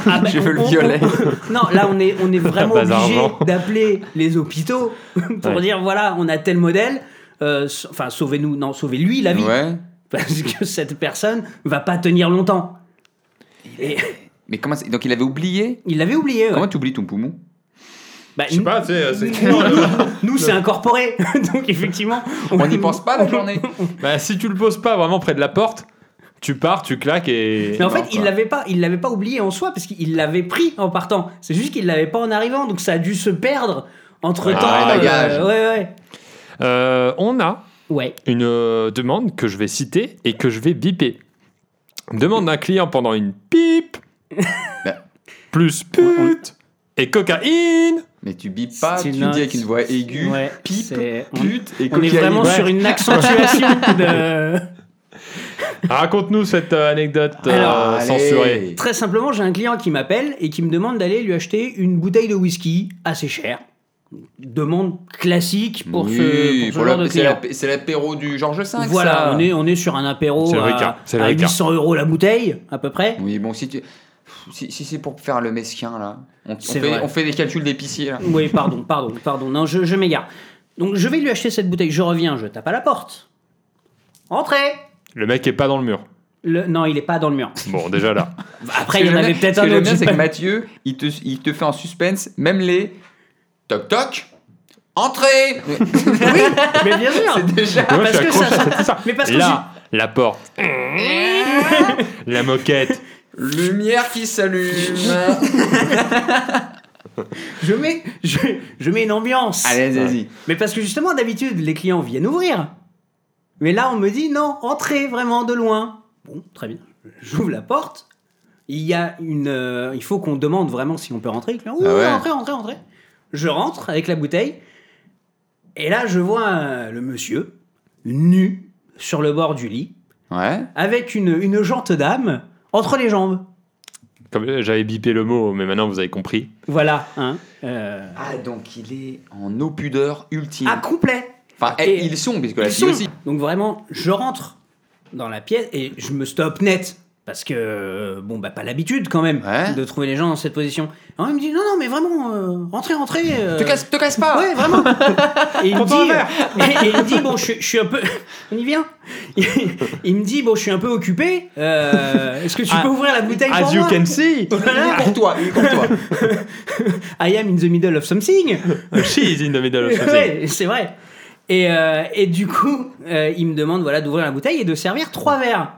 B: Ah bah,
C: Je veux le
B: on- on-
C: violet.
B: on- non, là, on est, on est vraiment
A: Bazar
B: obligé
A: blanc.
B: d'appeler les hôpitaux pour
A: Ouais.
B: dire voilà, on a tel modèle. euh, s- Enfin, sauvez-nous, non, sauvez-lui la vie.
C: Ouais.
B: Parce que cette personne va pas tenir longtemps. Et,
C: Mais comment c'est- Donc il avait oublié
B: Il l'avait oublié. ouais.
C: Comment tu oublies ton poumon
B: Bah,
D: Je sais
B: nous-
D: pas, tu sais, euh, c'est.
B: Nous, nous- nous, c'est incorporé. Donc, effectivement.
C: On n'y pense pas la journée.
A: Bah, si tu le poses pas vraiment près de la porte, tu pars, tu claques et.
B: Mais en fait,
C: Non,
B: il
C: quoi.
B: l'avait pas, il l'avait pas oublié en soi parce qu'il l'avait pris en partant. C'est juste qu'il l'avait pas en arrivant, donc ça a dû se perdre entre temps.
A: Ah,
C: bagage.
B: ouais,
A: Euh, on a
B: ouais, ouais.
A: une euh, demande que je vais citer et que je vais biper. Demande d'un client pendant une pipe, plus pute et cocaïne.
C: Mais tu bipes pas,
B: C'est
C: tu
B: une-
C: dis avec une voix aiguë,
B: Ouais,
C: pipe,
B: c'est- on-
C: pute et
B: On est
C: cocaïne.
B: vraiment
C: Ouais.
B: sur une accentuation de.
A: Raconte-nous cette euh, anecdote euh,
B: Alors,
C: Allez.
A: censurée.
B: Très simplement, j'ai un client qui m'appelle et qui me demande d'aller lui acheter une bouteille de whisky assez chère. Demande classique pour
C: Oui,
B: ce, pour ce
C: pour
B: genre
C: la-
B: de
C: c'est
B: client.
C: la- c'est l'apéro du Georges V. ça.
B: Voilà, on, est, on est sur un apéro
A: C'est le Ricard,
B: à,
A: c'est le
B: à
A: Ricard.
B: 800 euros la bouteille, à peu près.
C: Oui, bon, si tu. Si, si c'est pour faire le mesquin, là, on, on
B: C'est
C: fait,
B: vrai.
C: on fait des calculs d'épicier, là.
B: Oui, pardon, pardon, pardon. Non, je, je m'égare. Donc je vais lui acheter cette bouteille. Je reviens, je tape à la porte. Entrez
A: Le mec est pas dans le mur.
B: Le- Non, il est pas dans le mur.
A: Bon, déjà là.
B: Ah, Après, il y en avait peut-être
C: Ce que
B: un
C: j'aime
B: autre.
C: bien,
B: j'ai
C: c'est que
B: pas-
C: Mathieu, il te, il te fait en suspense, même les. Toc toc Entrez
B: Oui, mais bien sûr.
C: C'est déjà.
A: Moi, je
B: Parce
A: suis
B: que ça-
A: accroché à cette- ça.
B: Mais parce que
A: là, la porte. la moquette.
C: Lumière qui s'allume
B: je, je mets, je, je mets une ambiance.
C: Allez, vas-y.
B: Mais parce que justement, d'habitude, les clients viennent ouvrir. Mais là, on me dit non, entrez vraiment de loin. Bon, très bien. J'ouvre la porte. Il y a une. euh, il faut qu'on demande vraiment si on peut rentrer. Le client, Oui,
C: Ah
B: oui,
C: ouais.
B: entrez, entrez, entrez. Je rentre avec la bouteille. Et là, je vois euh, le monsieur nu sur le bord du lit
C: Ouais.
B: avec une, une jante d'âme entre les jambes.
A: Comme euh, j'avais bipé le mot, mais maintenant vous avez compris.
B: Voilà. Hein. Euh,
C: Ah, donc il est en eau pudeur ultime.
B: à complet.
C: enfin,
B: Ah,
C: eh,
B: et-
C: ils sont, puisque
A: Bah,
C: la
B: Ils
C: fille
B: sont.
C: aussi.
B: Donc vraiment, je rentre dans la pièce et je me stoppe net. Parce que, euh, bon, bah, pas l'habitude quand même
C: Ouais.
B: de trouver les gens dans cette position. Alors il me dit, non, non, mais vraiment, euh, rentrez, rentrez. euh,
C: Te casse, te casse pas
B: Ouais, vraiment. Et il, me
A: Prends-toi un
B: dit, et- et il me dit, bon, je, je suis un peu. On y vient. Il, il me dit, bon, je suis un peu occupé. euh, Est-ce que tu
A: Ah,
B: peux ouvrir la bouteille pour
A: As you
B: moi
A: can see,
B: Voilà.
C: Pour toi, pour toi.
B: I am in the middle of something.
A: she is in the middle of something.
B: Ouais, c'est vrai. Et, euh, et du coup, euh, il me demande voilà, d'ouvrir la bouteille et de servir trois verres.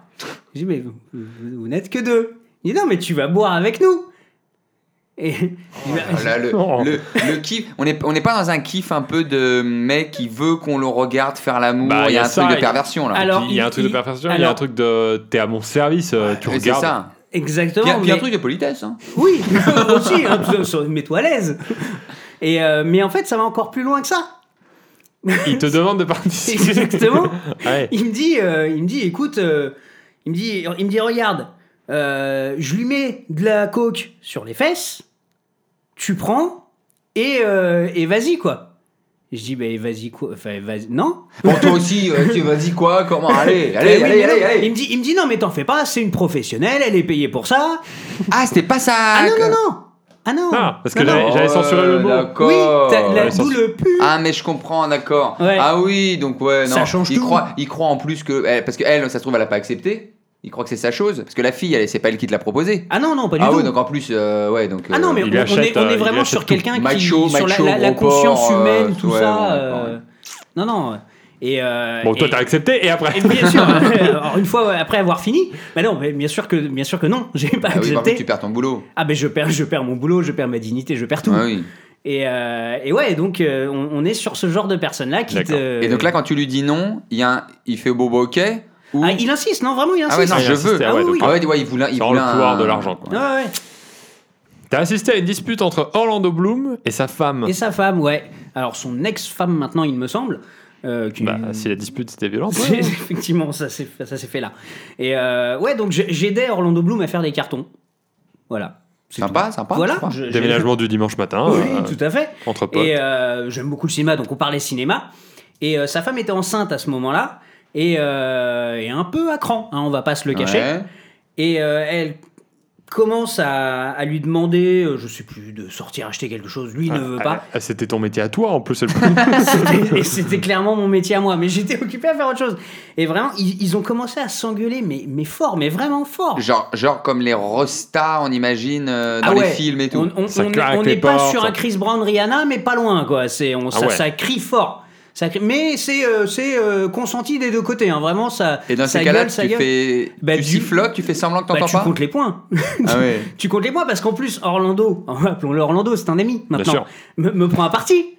B: Je dis, mais vous, vous- vous n'êtes que deux. Il dit, non, mais tu vas boire avec nous. Et je dis, bah,
C: Oh là, le,
A: Oh.
C: le, le kiff, on n'est on n'est pas dans un kiff un peu de mec qui veut qu'on le regarde faire l'amour.
A: Bah,
C: il y a un
A: ça,
C: truc
A: et-
C: de perversion là.
B: alors,
A: il y a un truc de perfection, il y a un truc de. T'es à mon service, euh, tu
C: Et c'est
A: regardes.
C: ça.
B: Exactement.
C: Puis, puis un
B: mais-
C: truc de politesse. Hein.
B: Oui, aussi, hein, ça- ça- mets-toi à l'aise. Et, euh, mais en fait, ça va encore plus loin que ça.
A: Il te demande de participer.
B: Exactement.
A: Ouais.
B: Il me dit, euh, il me dit, écoute, euh, il me dit, il me dit, regarde, euh, je lui mets de la coke sur les fesses, tu prends et, euh, et vas-y quoi. Je dis, ben vas-y quoi, enfin vas-y, non.
C: Bon, toi aussi, euh, tu- vas-y quoi Comment Allez,
B: Eh
C: allez,
B: oui,
C: allez,
B: mais
C: allez,
B: non.
C: allez.
B: Il me dit, il me dit, non mais t'en fais pas, c'est une professionnelle, elle est payée pour ça.
C: Ah, c'était pas ça
B: Ah, non non non, ah non.
A: Ah, parce que
B: Non,
A: là-
B: non.
A: J'avais- j'avais censuré le mot.
B: oui,
C: D'accord.
B: t'as- la-
A: Ouais,
B: d'où
A: sans-
B: le pu.
C: Ah mais je comprends, d'accord.
B: Ouais.
C: Ah oui, donc ouais, non.
B: Ça change
C: il
B: tout.
C: Croit, il croit en plus que eh, parce que elle, ça se trouve, elle a pas accepté. Il croit que c'est sa chose parce que la fille, elle, c'est pas elle qui te l'a proposé.
B: Ah non non pas du
C: Ah
B: tout.
C: oui, donc en plus, euh, ouais, donc.
B: Ah non, mais
A: Il
B: on, on
A: achète,
B: est, on
A: euh,
B: est
A: il
B: vraiment
A: achète
B: sur
A: tout.
B: quelqu'un qui
C: Macho,
B: sur la-
C: macho,
B: la, la
C: gros
B: conscience
C: porc, euh,
B: humaine, tout
C: ouais, bon,
B: ça.
C: d'accord,
B: euh,
C: ouais.
B: Non, non. Et euh,
A: Bon, toi
B: et-
A: t'as accepté et après.
B: et bien sûr. alors, une fois ouais, après avoir fini, bah non, mais bien sûr que bien sûr que non, j'ai pas
C: Ah oui, par contre,
B: accepté.
C: tu perds ton boulot.
B: ah ben je perds, je perds mon boulot, je perds ma dignité, je perds tout.
C: Ah oui.
B: Et, euh, et ouais, donc euh, on, on est sur ce genre de personne là qui.
A: D'accord.
B: te-
C: Et donc là, quand tu lui dis non, il y a un- il fait bobo ok ou
B: Ah, il insiste, non vraiment, il
C: Ah ouais,
B: insiste.
C: non,
A: Ah, il
C: je
A: insistait, ah
C: veux.
A: ouais,
B: Ah oui,
A: donc,
C: Ah ouais, ouais, il voulait, il
A: Sans
C: voulait
A: le
C: un-
A: pouvoir de l'argent, quoi.
B: Ah ouais, ouais.
A: T'as assisté à une dispute entre Orlando Bloom et sa femme.
B: Et sa femme, ouais. Alors son ex-femme maintenant, il me semble. Euh, qui-
A: Bah, si la dispute c'était violente.
B: C'est- Effectivement, ça s'est ça s'est fait là. Et euh, ouais, donc j'ai- j'aidais Orlando Bloom à faire des cartons. Voilà. C'est
C: Sympa,
B: tout.
C: sympa. je
B: Voilà.
C: crois.
B: je- j'ai-
A: Déménagement du dimanche matin.
B: Oui,
A: euh,
B: tout à fait.
A: entre potes.
B: Et euh, j'aime beaucoup le cinéma, donc on parlait cinéma. Et euh, sa femme était enceinte à ce moment-là. Et, euh, et un peu à cran, hein, on va pas se le cacher.
C: Ouais.
B: Et euh, elle commence à, à lui demander, euh, je sais plus, de sortir acheter quelque chose. Lui, il ne veut pas.
A: Ah, ah, C'était ton métier à toi en plus. le plus-
B: C'était- et c'était clairement mon métier à moi, mais j'étais occupé à faire autre chose. Et vraiment, ils, ils ont commencé à s'engueuler, mais, mais fort, mais vraiment fort.
C: Genre, genre comme les Rostas, on imagine, euh, dans
B: Ah
C: les
B: ouais,
C: films et tout.
B: On on-
A: Ça
B: on est-
A: claque
B: on
A: les
B: n'est pas
A: portes.
B: sur un Chris Brown Rihanna, mais pas loin, quoi. C'est,
C: Ah
B: on, ça,
A: ouais.
B: ça crie fort. Ça crie- mais c'est, euh, c'est euh, consenti des deux côtés, hein. vraiment. Ça,
C: Et dans
B: ça
C: ces cas-là,
B: gueule,
C: tu,
B: ça gueule.
C: fais...
B: Bah,
C: tu
B: du-
C: sifflotes, tu fais semblant que
B: Bah,
C: t'entends
B: tu
C: pas.
B: comptes les points.
C: Ah ouais.
B: Tu comptes les points parce qu'en plus, Orlando, appelons-le Orlando, c'est un ami maintenant,
A: sûr.
B: me, me prend à partie.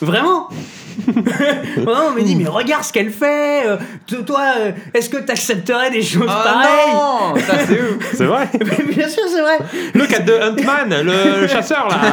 B: Vraiment Vraiment, On me dit, mais regarde ce qu'elle fait euh, to- Toi, euh, est-ce que t'accepterais des choses pareilles
C: Ah non Ça, c'est ouf
A: C'est vrai.
B: Mais Bien sûr, c'est vrai
A: Look at the Huntman, le, le chasseur là.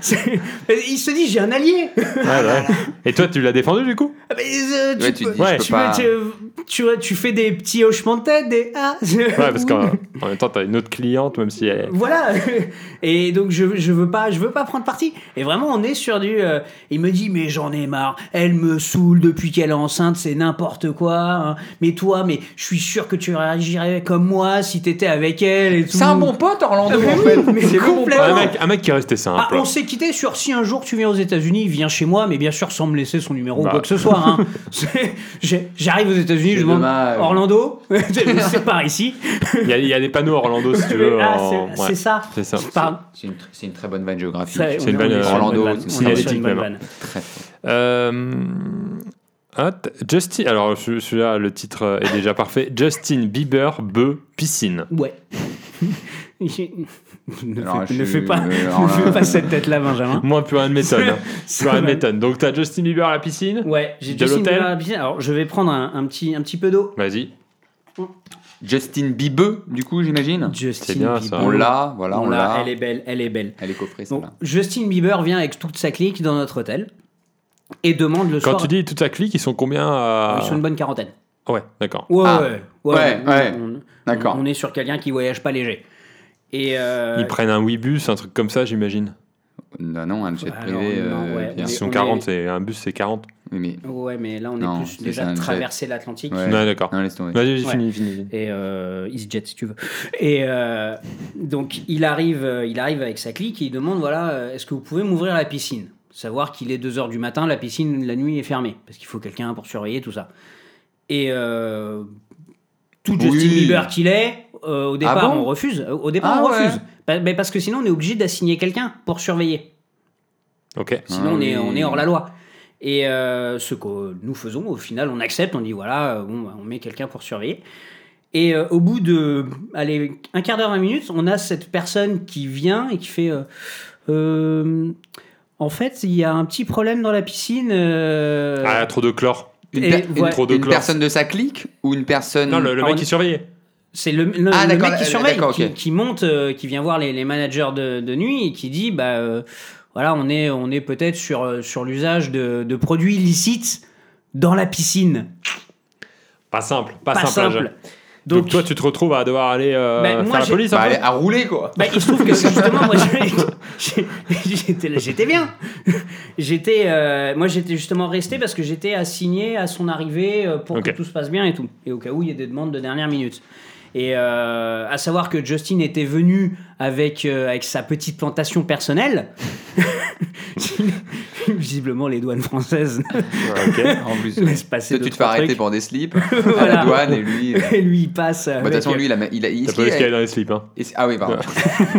B: C'est- mais Il se dit, j'ai un allié
A: Ouais, ouais. Et toi, tu l'as défendu du coup
B: Ah, mais, euh,
C: Ouais, tu
B: peux-
C: dis, je peux
B: tu
C: pas.
B: veux- tu- tu vois, tu fais des petits hochements de tête, des ah
A: Ouais, parce qu'en en même temps, t'as une autre cliente, même si elle.
B: Voilà. Et donc je, je veux pas je veux pas prendre parti. Et vraiment on est sur du euh, il me dit mais j'en ai marre, elle me saoule depuis qu'elle est enceinte, c'est n'importe quoi. hein. Mais toi mais je suis sûr que tu réagirais comme moi si t'étais avec elle et tout.
C: C'est un bon pote, Orlando,
B: Ah, Mais
C: en
B: oui,
C: fait.
B: mais
C: C'est le bon
B: complètement.
A: Ah, un,
C: pote.
A: mec, un mec qui est resté
B: Ah,
A: simple.
B: on s'est quitté sur si un jour tu viens aux États-Unis, viens chez moi, mais bien sûr sans me laisser son numéro
A: Bah.
B: ou quoi que ce soit. hein. C'est- j'ai- J'arrive aux États-Unis,
C: C'est
B: je demande
A: euh.
C: dommage.
B: Orlando, c'est par ici.
A: Il y, a- il y a des panneaux Orlando si tu veux.
B: Ah,
A: en-
B: c'est
A: ouais.
B: c'est ça.
A: C'est ça.
B: Pardon.
C: C'est une, tr- c'est une très bonne vanne géographique.
B: Ça, on
A: une
B: est-
A: bonne,
B: on est
A: euh,
B: sur une
C: Orlando,
B: bonne vanne.
C: c'est
B: On est sur
A: signalétique
B: une bonne
A: même.
B: vanne.
C: Très fort.
A: Euh, ah, t- Justin, alors celui- celui-là, le titre euh, est déjà parfait. Justin Bieber, bœuf, piscine.
B: Ouais. J'ai- ne
C: Alors,
B: fais,
C: je
B: ne
C: suis-
B: fais pas,
C: euh,
B: ne
C: alors là-
B: fais pas cette tête-là, Benjamin.
A: Moi, plus rien de m'étonne. hein.
B: Ça
A: Plus rien de
B: va.
A: m'étonne. Donc, t'as Justin Bieber à la piscine.
B: Ouais, j'ai
A: De
B: Justin
A: l'hôtel
B: Bieber à la piscine. Alors, je vais prendre un, un petit, un petit peu d'eau.
A: Vas-y.
C: Justin Bieber, du coup, j'imagine.
B: Justin
A: bien, ça.
B: Bieber.
C: On l'a, voilà,
B: On
C: on
B: l'a,
C: l'a.
B: Elle est belle, elle est belle.
C: Elle est coffrée,
B: Donc,
C: celle-là.
B: Justin Bieber vient avec toute sa clique dans notre hôtel et demande le
A: Quand
B: soir.
A: tu dis toute ta clique, ils sont combien à.
B: Ils sont une bonne quarantaine.
A: Ah Ouais, d'accord.
B: Ouais,
C: Ah.
B: ouais,
C: Ouais,
B: on-
C: ouais.
B: on-
C: D'accord.
B: On est sur quelqu'un qui voyage pas léger. Et euh,
A: Ils prennent un Ouibus, un truc comme ça, j'imagine.
C: Non, non, un jet
B: Alors,
C: privé.
B: non,
C: euh,
B: ouais,
C: Pierre.
A: Ils
B: Mais
A: sont
B: on
A: 40,
B: est-
A: c'est un bus, c'est 40.
C: Oui, mais-
B: Ouais, mais là, on
C: Non,
B: est plus
C: c'est
B: déjà
C: un jet.
B: traversé l'Atlantique.
C: Ouais.
A: Ouais, d'accord.
C: Non, laisse tomber.
A: Vas-y, vas-y,
B: Ouais.
A: fini, fini. fini.
B: et euh, EasyJet si tu veux. Et euh, donc il arrive, euh, il arrive avec sa clique et il demande voilà, euh, est-ce que vous pouvez m'ouvrir la piscine Savoir qu'il est 2h du matin, la piscine la nuit est fermée parce qu'il faut quelqu'un pour surveiller tout ça. Et euh, tout Justin
C: Oui. Ah
B: Bieber qu'il est, euh, au départ
C: bon
B: on refuse. Au- Au départ
C: Ah
B: on
C: ouais.
B: refuse. Pa- mais parce que sinon on est obligé d'assigner quelqu'un pour surveiller.
A: Ok.
B: Sinon,
C: Ah
B: on, est,
C: oui.
B: on est hors la loi. Et euh, ce que nous faisons, au final, on accepte, on dit voilà, euh, bon, bah, on met quelqu'un pour surveiller. Et euh, au bout de allez, un quart d'heure, 20 minutes, on a cette personne qui vient et qui fait euh, Euh, En fait, il y a un petit problème dans la piscine. euh,
A: Ah, trop de chlore.
C: Une,
B: Et
C: per- une-
B: ouais.
A: Trop de
C: une
A: classe.
C: personne de sa clique ou une personne. Bah,
A: Non, le, le
B: Ah,
A: mec
B: on-
A: qui surveillait.
B: C'est le, le-
C: Ah,
B: le
C: d'accord,
B: mec qui
C: euh,
B: surveille,
C: d'accord,
B: qui,
C: ok.
B: qui monte, euh, qui vient voir les, les managers de, de nuit et qui dit bah euh, voilà, on est, on est peut-être sur, euh, sur l'usage de, de produits illicites dans la piscine.
A: Pas simple, pas,
B: Pas
A: simple.
B: simple.
A: là, je- Donc, toi, tu te retrouves à devoir aller euh,
B: Ben, moi,
A: faire la
B: j'ai-
A: police un
C: Bah,
A: peu
C: elle est à rouler, quoi.
B: Bah, il se trouve que justement, moi, j'ai- j'ai- j'étais, là- j'étais bien. J'étais, euh, moi, j'étais justement resté parce que j'étais assigné à son arrivée euh, pour
A: Ok.
B: que tout se passe bien et tout. Et au cas où il y a des demandes de dernière minute. Et euh, à savoir que Justin était venu avec, euh, avec sa petite plantation personnelle. Visiblement, les douanes françaises
A: Ok.
C: En plus.
B: laissent passer.
C: Toi,
B: deux,
C: tu te fais
B: trois
C: arrêter
B: trucs.
C: pour des slips à la
B: Voilà.
C: douane et lui. euh, bah,
B: Et lui, il passe.
C: De toute
B: avec-
C: façon, lui, il a. Il a
A: T'as
C: est-ce
A: pas
C: qu'il
A: vu ce qu'il y avait
C: a-
A: dans les slips, hein.
C: est-ce- Ah oui, pardon.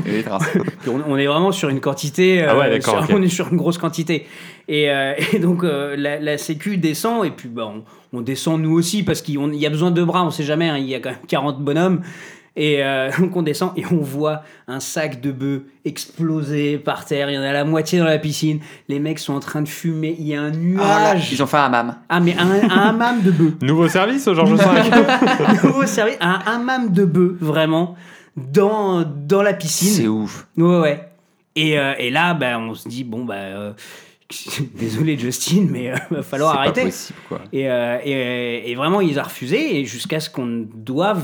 C: Il y a des traces.
B: Puis on, on est vraiment sur une quantité.
A: Ah ouais,
B: euh,
A: d'accord,
B: sur-
A: ok.
B: On est sur une grosse quantité. Et, euh, et donc, euh, la, la Sécu descend, et puis bah, on, on descend nous aussi, parce qu'il on- il y a besoin de bras, on sait jamais, hein, il y a quand même 40 bonhommes. Et euh, donc, on descend et on voit un sac de bœufs exploser par terre. Il y en a la moitié dans la piscine. Les mecs sont en train de fumer. Il y a un
C: Oh là,
B: nuage.
C: Ils ont fait un hammam.
B: Ah, mais un, un hammam de bœufs.
A: Nouveau service au Georges V
B: Nouveau service, un hammam de bœufs, vraiment, dans, dans la piscine.
C: C'est ouf.
B: Ouais, ouais. Et, euh, et là, ben, on se dit, bon, bah, euh, désolé Justin, mais euh, va falloir
C: C'est Pas
B: arrêter.
C: possible, quoi.
B: Et, euh, et- et vraiment, ils ont refusé, et jusqu'à ce qu'on doive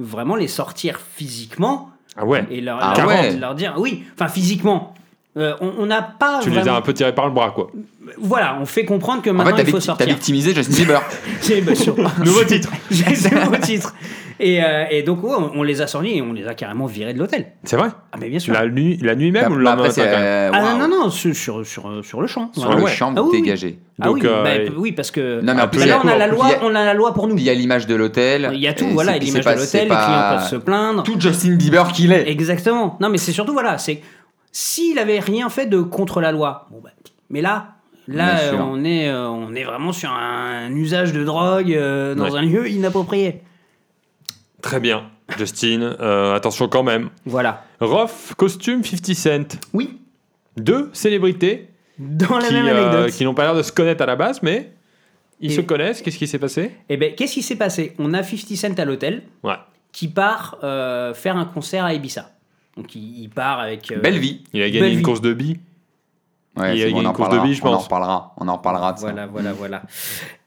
B: vraiment les sortir physiquement
A: Ah ouais.
B: et leur,
C: Ah
B: leur,
C: ouais.
B: leur dire, oui, enfin physiquement. Euh, on on n'a pas.
A: Tu les as
B: vraiment-
A: un peu tirés par le bras, quoi.
B: Voilà, on fait comprendre que
C: En
B: maintenant
C: fait, t'as
B: il faut
C: victi- t'as
B: sortir.
C: victimisé Justin Bieber.
B: C'est- bah, sur-
A: Nouveau titre.
B: J'ai ce nouveau titre. Et, euh, et donc, ouais, on, on les a sortis et on les a carrément virés de l'hôtel.
A: C'est vrai
B: Ah, mais bien sûr.
A: la nuit, la nuit même ou le lendemain
C: Bah, Après,
A: matin
C: c'est,
A: quand même
C: euh,
B: ah
C: waouh.
B: non, non, non, sur, sur, sur, sur le champ.
A: Sur
C: Sur
B: Voilà.
C: le
A: ouais.
C: champ,
B: Ah
C: vous
B: oui, oui.
C: dégagez.
B: Ah
A: Donc,
B: oui,
A: euh,
B: bah,
A: et-
B: oui, parce que
C: Non, mais
A: Ah,
C: en
A: tout
C: plus,
B: bah,
A: il y
C: il y
A: a
B: là,
C: a-
B: on a la
C: il y
B: loi,
C: a-
B: on a la loi pour nous.
C: il y a l'image de l'hôtel.
B: Il y a tout,
C: Et
B: voilà,
C: c'est-
B: et
C: c'est
B: l'image
C: pas-
B: de l'hôtel,
C: c'est
B: les clients
C: pas-
B: peuvent se plaindre.
C: Tout Justin Bieber qu'il est.
B: Exactement. Non, mais c'est surtout, voilà, c'est s'il avait rien fait de contre la loi. Bon, bah, mais là, là,
C: Bien
B: euh,
C: sûr.
B: on est, euh, on est vraiment sur un usage de drogue euh, dans
A: Ouais.
B: un lieu inapproprié.
A: Très bien, Justin. euh, attention quand même.
B: Voilà.
A: Rof, costume 50 Cent.
B: Oui,
A: Deux célébrités
B: dans la
A: qui,
B: même
A: euh,
B: anecdote.
A: qui n'ont pas l'air de se connaître à la base, mais ils
B: Et-
A: se connaissent. Qu'est-ce qui s'est passé
B: Eh ben, qu'est-ce qui s'est passé On a 50 Cent à l'hôtel
A: Ouais.
B: qui part euh, faire un concert à Ibiza. Donc, il, il part avec. euh,
C: Belle vie.
A: Il a
B: Belle
A: gagné une
B: vie.
A: course de billes.
C: Ouais,
A: Il y
C: c'est
A: a
C: bon, on
A: une
C: en
A: course de
C: parlera,
A: billes, je
C: on en
A: pense.
C: reparlera. On en reparlera de ça.
B: Voilà, voilà, voilà.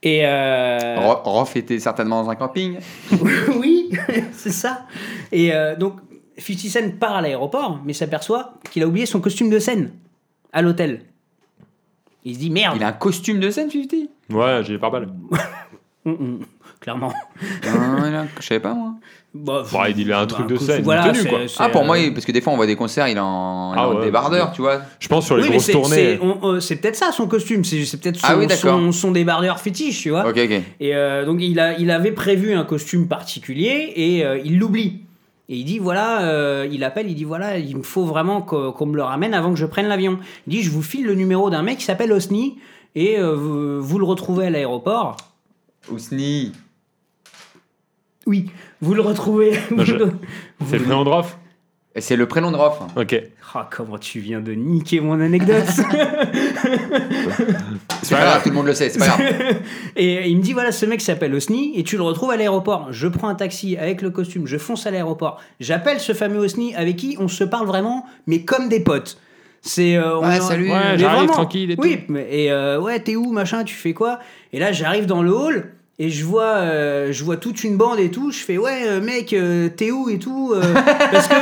B: Et. euh,
C: Ro- Rof était certainement dans un camping.
B: oui, c'est ça. Et euh, donc, 50 Cent part à l'aéroport, mais s'aperçoit qu'il a oublié son costume de scène à l'hôtel. Il se dit merde,
C: Il a un costume de scène, 50
A: Ouais, j'ai les pare-balles.
B: Hum, hum, clairement.
C: Ah, il a un- Je savais pas moi.
B: Bah,
A: Bah, il a un truc de scène,
B: costume-
A: une tenue,
B: c'est-
A: quoi.
B: c'est,
C: Ah, pour
B: euh,
C: moi, il- parce que des fois, on voit des concerts, il est en, il est
A: Ah
C: en
A: ouais,
C: débardeur,
A: ouais.
C: tu vois.
A: Je pense sur les
B: oui, mais
A: grosses
B: c'est,
A: tournées.
B: c'est- on- euh, c'est peut-être ça son costume, c'est, c'est peut-être son,
C: Ah oui, d'accord.
B: son, son débardeur fétiche, tu
A: Ah.
B: vois.
C: Ok, ok.
B: Et euh, donc il, a, il avait prévu un costume particulier et euh, il l'oublie. Et il dit voilà, euh, il appelle, il dit voilà, il me faut vraiment qu'o- qu'on me le ramène avant que je prenne l'avion. Il dit je vous file le numéro d'un mec qui s'appelle Osni et euh, vous, vous le retrouvez à l'aéroport.
C: Ousni.
B: Oui, vous le retrouvez.
A: Non, je-
B: vous le-
A: C'est le prénom de Rof
C: Et C'est le prénom de Rof.
A: Ok.
B: Ah, comment tu viens de niquer mon anecdote
C: C'est pas grave, tout le monde le sait, c'est pas grave.
B: Et il me dit voilà, ce mec s'appelle Osni et tu le retrouves à l'aéroport. Je prends un taxi avec le costume, je fonce à l'aéroport. J'appelle ce fameux Osni avec qui on se parle vraiment, mais comme des potes. C'est euh, on
C: Ouais,
B: est en-
C: salut.
A: Ouais,
B: mais
A: j'arrive
B: vraiment.
A: tranquille et tout.
B: Oui, mais- et euh, ouais, t'es où, machin, tu fais quoi Et là, j'arrive dans le hall et je vois, euh, je vois toute une bande et tout. Je fais ouais, euh, mec, euh, t'es où et tout euh, Parce que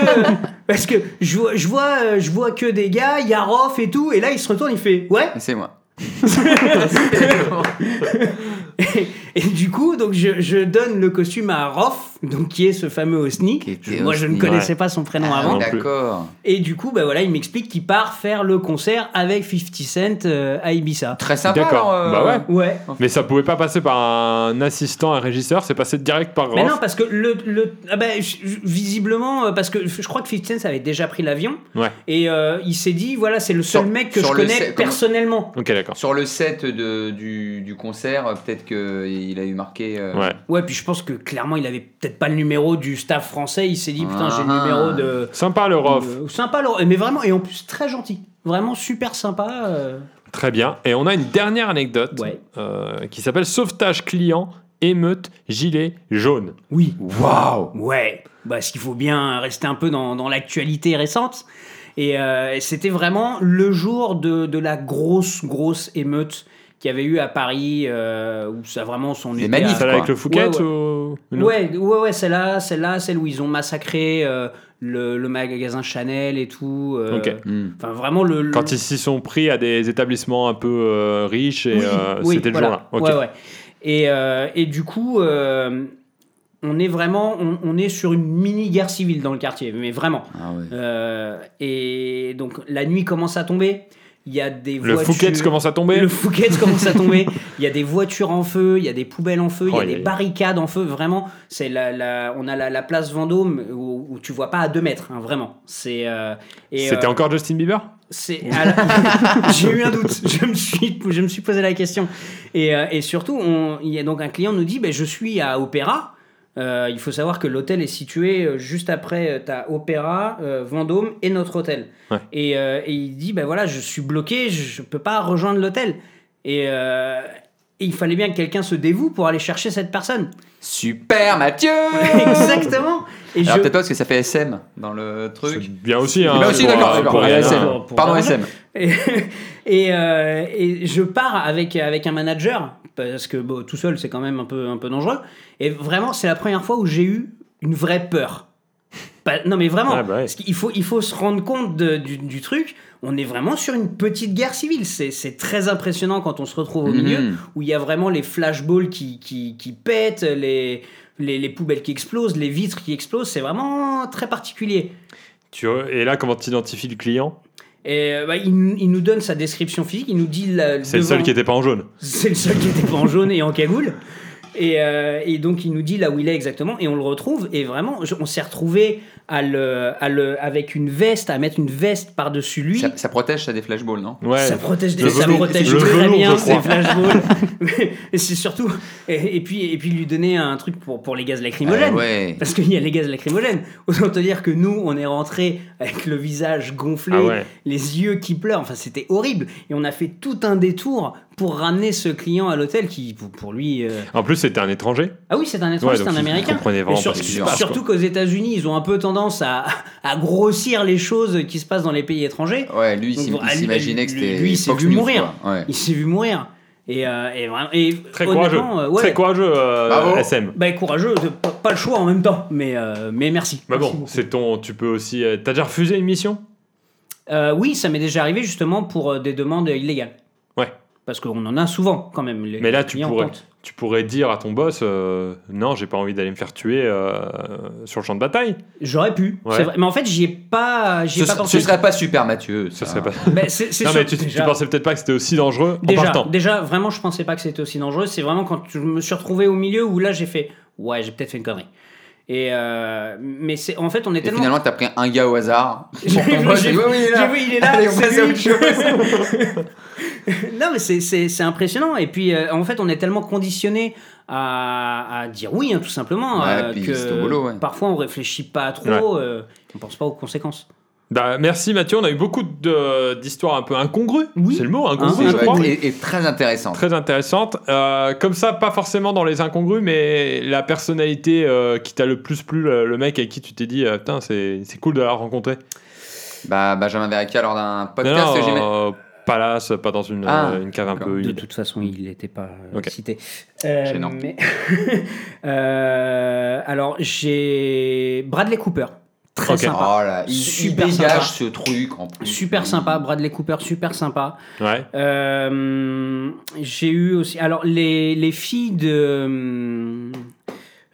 B: parce que je vois, je vois, euh, je vois que des gars, il y a Rof et tout. Et là, il se retourne, il fait ouais.
C: C'est moi.
B: Et, et du coup, donc je, je donne le costume à Rof, donc qui est ce fameux Osni.
C: Qui était
B: Je- Moi, je ne
C: Osni,
B: connaissais
A: ouais.
B: pas son prénom
C: Ah,
B: avant.
A: ouais.
C: D'accord.
B: Et du coup, bah voilà, il m'explique qu'il part faire le concert avec 50 Cent euh, à Ibiza.
C: Très sympa.
A: D'accord.
C: alors, euh,
A: Bah ouais.
B: Ouais.
A: Mais ça pouvait pas passer par un assistant, un régisseur, c'est passé direct par Rof.
B: Mais non, parce que le, le ah bah, je- je- visiblement, euh, parce que je crois que 50 Cent avait déjà pris l'avion
A: Ouais.
B: et euh, il s'est dit voilà, c'est le seul
C: Sur-
B: mec que je
C: sur le
B: connais
C: set, comment-
B: personnellement.
A: Ok, d'accord.
C: Sur le set de, du, du concert, euh, peut-être qu'il a eu marqué. euh,
A: Ouais.
B: Ouais, puis je pense que clairement, il avait peut-être pas le numéro du staff français. Il s'est dit putain, j'ai le
C: Ah.
B: numéro de.
A: Sympa le Rof.
B: Euh, sympa, Laurent. mais vraiment, et en plus très gentil. Vraiment super sympa. euh.
A: Très bien. Et on a une dernière anecdote
B: Ouais.
A: euh, qui s'appelle Sauvetage client, émeute, gilet jaune.
B: Oui.
C: Waouh
B: Ouais. Parce qu'il faut bien rester un peu dans, dans l'actualité récente. Et euh, c'était vraiment le jour de, de la grosse, grosse émeute qu'il y avait eu à Paris, euh, où ça vraiment son
C: Les manifs,
A: Celle
C: Quoi
A: avec le Fouquet
B: Ouais, ouais.
A: ou. une autre
B: Ouais, ouais, ouais, celle-là, celle-là, celle où ils ont massacré euh, le, le magasin Chanel et tout. euh,
A: Ok.
C: Hmm.
B: Enfin, vraiment le. le-
A: Quand ils s'y sont pris à des établissements un peu euh, riches et
B: Oui,
A: euh,
B: oui,
A: c'était le
B: voilà.
A: jour-là. Ok.
B: Ouais, ouais. Et, euh, et du coup, euh, on est vraiment, on, on est sur une mini guerre civile dans le quartier, mais vraiment.
C: Ah ouais.
B: Euh, et donc la nuit commence à tomber. Il y a des
A: Le
B: voitures.
A: Fouquet commence à tomber.
B: Le Fouquet commence à tomber. Il y a des voitures en feu, il y a des poubelles en feu, il
A: Oh,
B: y a
A: il y
B: des
A: a-
B: barricades en feu. Vraiment, c'est la, la- on a la, la place Vendôme où, où tu vois pas à 2 mètres. hein, vraiment, c'est. euh, et,
A: C'était
B: euh,
A: encore Justin Bieber
B: c'est. à la- J'ai eu un doute. Je me suis, je me suis posé la question. Et, euh, et surtout, on- il y a donc un client nous dit, ben je suis à Opéra. Euh, il faut savoir que l'hôtel est situé euh, juste après euh, ta Opéra, euh, Vendôme et notre hôtel.
A: Ouais.
B: Et, euh, et il dit, ben voilà, je suis bloqué, je, ne peux pas rejoindre l'hôtel. Et euh, et il fallait bien que quelqu'un se dévoue pour aller chercher cette personne.
C: Super Mathieu
B: Exactement. Et
C: Alors
B: je-
C: peut-être pas parce que ça fait SM dans le
A: C'est
C: truc.
A: bien aussi. Hein,
C: Bah aussi,
A: pour,
C: d'accord,
A: euh,
C: d'accord.
A: pour
C: Ah,
A: rien.
C: SM.
B: Pour- pour
C: Pardon,
B: l'argent.
C: SM.
B: Et, et, euh, et je pars avec, avec un manager, parce que bon, tout seul, c'est quand même un peu, un peu dangereux. Et vraiment, c'est la première fois où j'ai eu une vraie peur. Pas- non, mais vraiment,
A: Ah bah ouais.
B: parce qu'il faut, il faut se rendre compte de- du, du truc. On est vraiment sur une petite guerre civile. C'est c'est très impressionnant quand on se retrouve au milieu
C: Mhm.
B: où il y a vraiment les flashballs qui, qui, qui pètent, les, les, les poubelles qui explosent, les vitres qui explosent, c'est vraiment très particulier.
A: Tu, et là, comment tu identifies le client
B: Et euh, bah, il, il nous donne sa description physique, il nous dit... la-
A: C'est le seul
B: devant-
A: qui était pas en jaune.
B: C'est le seul qui était pas en jaune et en cagoule. Et, euh, et donc il nous dit là où il est exactement et on le retrouve et vraiment je- on s'est retrouvé à le, à le, avec une veste à mettre une veste par dessus lui
C: Ça, ça protège ça des flashballs, non
A: Ouais.
B: ça protège des,
A: Le
B: ça
A: velours-
B: protège
A: le
B: très
A: velours,
B: bien
A: je crois.
B: ces flashballs et c'est surtout et, et puis et puis lui donner un truc pour, pour les gaz lacrymogènes
C: Ah ouais.
B: parce qu'il y a les gaz lacrymogènes autant te dire que nous on est rentré avec le visage gonflé
A: Ah ouais.
B: les yeux qui pleurent enfin c'était horrible et on a fait tout un détour pour ramener ce client à l'hôtel qui pour, pour lui euh,
A: En plus, c'était un étranger.
B: ah oui, c'est un étranger,
A: Ouais,
B: c'est
A: donc
B: un
A: ils- ils
B: américain.
A: comprenaient vraiment
B: Mais sur-
A: pas ce qui se
B: sur-
A: passe,
B: surtout qu'aux États-Unis, ils ont un peu tendance à, à grossir les choses qui se passent dans les pays étrangers.
C: Ouais, lui, il
B: Donc,
C: s'im-
B: bon,
C: il
B: lui-
C: s'imaginait que
B: lui-
C: c'était.
B: lui, il s'est
C: Fox
B: vu
C: News,
B: mourir.
C: quoi. Ouais.
B: Il s'est vu mourir. Et, euh, et vraiment- et
A: Très courageux.
B: honnêtement, euh, ouais.
A: Très courageux, euh,
C: Bravo.
A: SM.
B: Bah, courageux, c'est pas, pas le choix en même temps, mais, euh, mais merci.
A: Bah
B: Merci
A: bon,
B: beaucoup.
A: c'est ton. Tu peux aussi. euh, T'as déjà refusé une mission
B: Euh, oui, ça m'est déjà arrivé justement pour euh, des demandes illégales.
A: Ouais.
B: Parce qu'on en a souvent quand même. les-
A: Mais là,
B: les
A: tu
B: clients
A: pourrais-
B: comptent.
A: Tu pourrais dire à ton boss euh, Non, j'ai pas envie d'aller me faire tuer euh, sur le champ de bataille.
B: J'aurais pu.
A: Ouais.
B: c'est vrai. Mais en fait, j'y ai pas, j'y ai
C: Ce,
B: pas
C: ce
B: pensé.
C: serait pas super, Mathieu.
A: Ce
C: Ça
A: serait pas.
B: Bah, c'est- c'est
A: Non,
B: sûr,
A: mais tu, tu
B: déjà.
A: pensais peut-être pas que c'était aussi dangereux en
B: Déjà,
A: partant.
B: déjà, vraiment, je pensais pas que c'était aussi dangereux. C'est vraiment quand je me suis retrouvé au milieu où là, j'ai fait ouais, j'ai peut-être fait une connerie. Et euh, mais c'est en fait, on est
C: Et
B: tellement.
C: finalement, t'as pris un gars au hasard.
B: J'ai vu,
C: Pour moi,
B: j'ai
C: c'est-
B: vu,
C: oui, oui, il
B: j'ai vu, il
C: est là.
B: est là,
C: Allez, on
B: c'est
C: passe à
B: lui.
C: autre chose.
B: Non, mais c'est- c'est c'est impressionnant. Et puis, euh, en fait, on est tellement conditionné à, à dire oui, hein, tout simplement,
C: Ouais,
B: euh,
C: puis c'est au
B: que
C: boulot, ouais.
B: parfois on réfléchit pas trop, euh, on pense pas aux conséquences.
A: Bah, merci Mathieu, on a eu beaucoup de- d'histoires un peu incongrues.
B: Oui.
A: C'est le mot,
B: Hein,
C: Ah,
A: incongrues, je
B: ouais.
A: crois.
C: Et, et très intéressant.
A: Très intéressante. Euh, comme ça, pas forcément dans les incongrues, mais la personnalité euh, qui t'a le plus plu, le, le mec avec qui tu t'es dit, euh, putain, c'est c'est cool de la rencontrer.
C: Bah, Benjamin Verica, lors d'un
A: Non,
C: podcast, j'ai-
A: non, euh, palace, pas dans une,
C: Ah,
A: euh, une cave un
C: d'accord.
A: peu
B: De
A: humide.
B: toute façon, il n'était pas euh,
A: Ok.
B: cité. Euh,
C: Gênant.
B: mais- Euh, alors, j'ai Bradley Cooper. Très
A: Ok.
B: sympa.
C: Oh là, il, il
B: Super sympa.
C: dégage ce truc en plus.
B: Super sympa, Bradley Cooper, super sympa.
A: Ouais.
B: Euh, j'ai eu aussi. Alors, les, les filles de.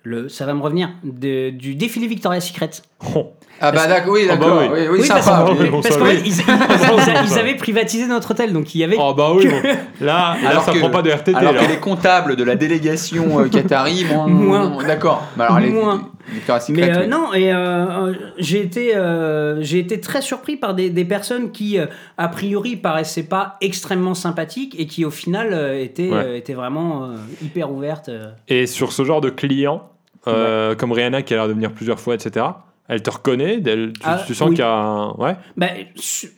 B: Le, ça va me revenir. de- du défilé Victoria's Secret.
A: Oh.
C: Ah bah d'accord, oui,
A: Ah bah
C: d'accord.
A: oui.
C: oui. oui,
B: parce,
C: sympa.
A: oui,
B: parce
A: bon, ça,
B: qu'en fait,
A: oui.
B: ils, ils- ils- ils avaient privatisé notre hôtel, donc il y avait.
A: Oh, bah oui, bon. là, là,
C: Alors
A: ça
C: que-
A: prend pas de RTT.
C: Alors
A: là.
C: que les comptables de la délégation euh, qatari, moins.
B: Moins.
C: D'accord. Bah alors, les-
B: Moins.
C: Victoria's Secret,
B: Mais euh,
C: oui.
B: non, et euh, euh, j'ai été, euh, j'ai été très surpris par des, des personnes qui, euh, a priori, paraissaient pas extrêmement sympathiques et qui, au final, euh, étaient,
A: Ouais.
B: euh, étaient vraiment euh, hyper ouvertes. euh.
A: Et sur ce genre de client, euh, comme Rihanna qui a l'air de venir plusieurs fois, etc., elle te reconnaît, d'elle- tu,
B: Ah,
A: tu sens
B: oui.
A: qu'il y a un. Ouais.
B: Bah, su-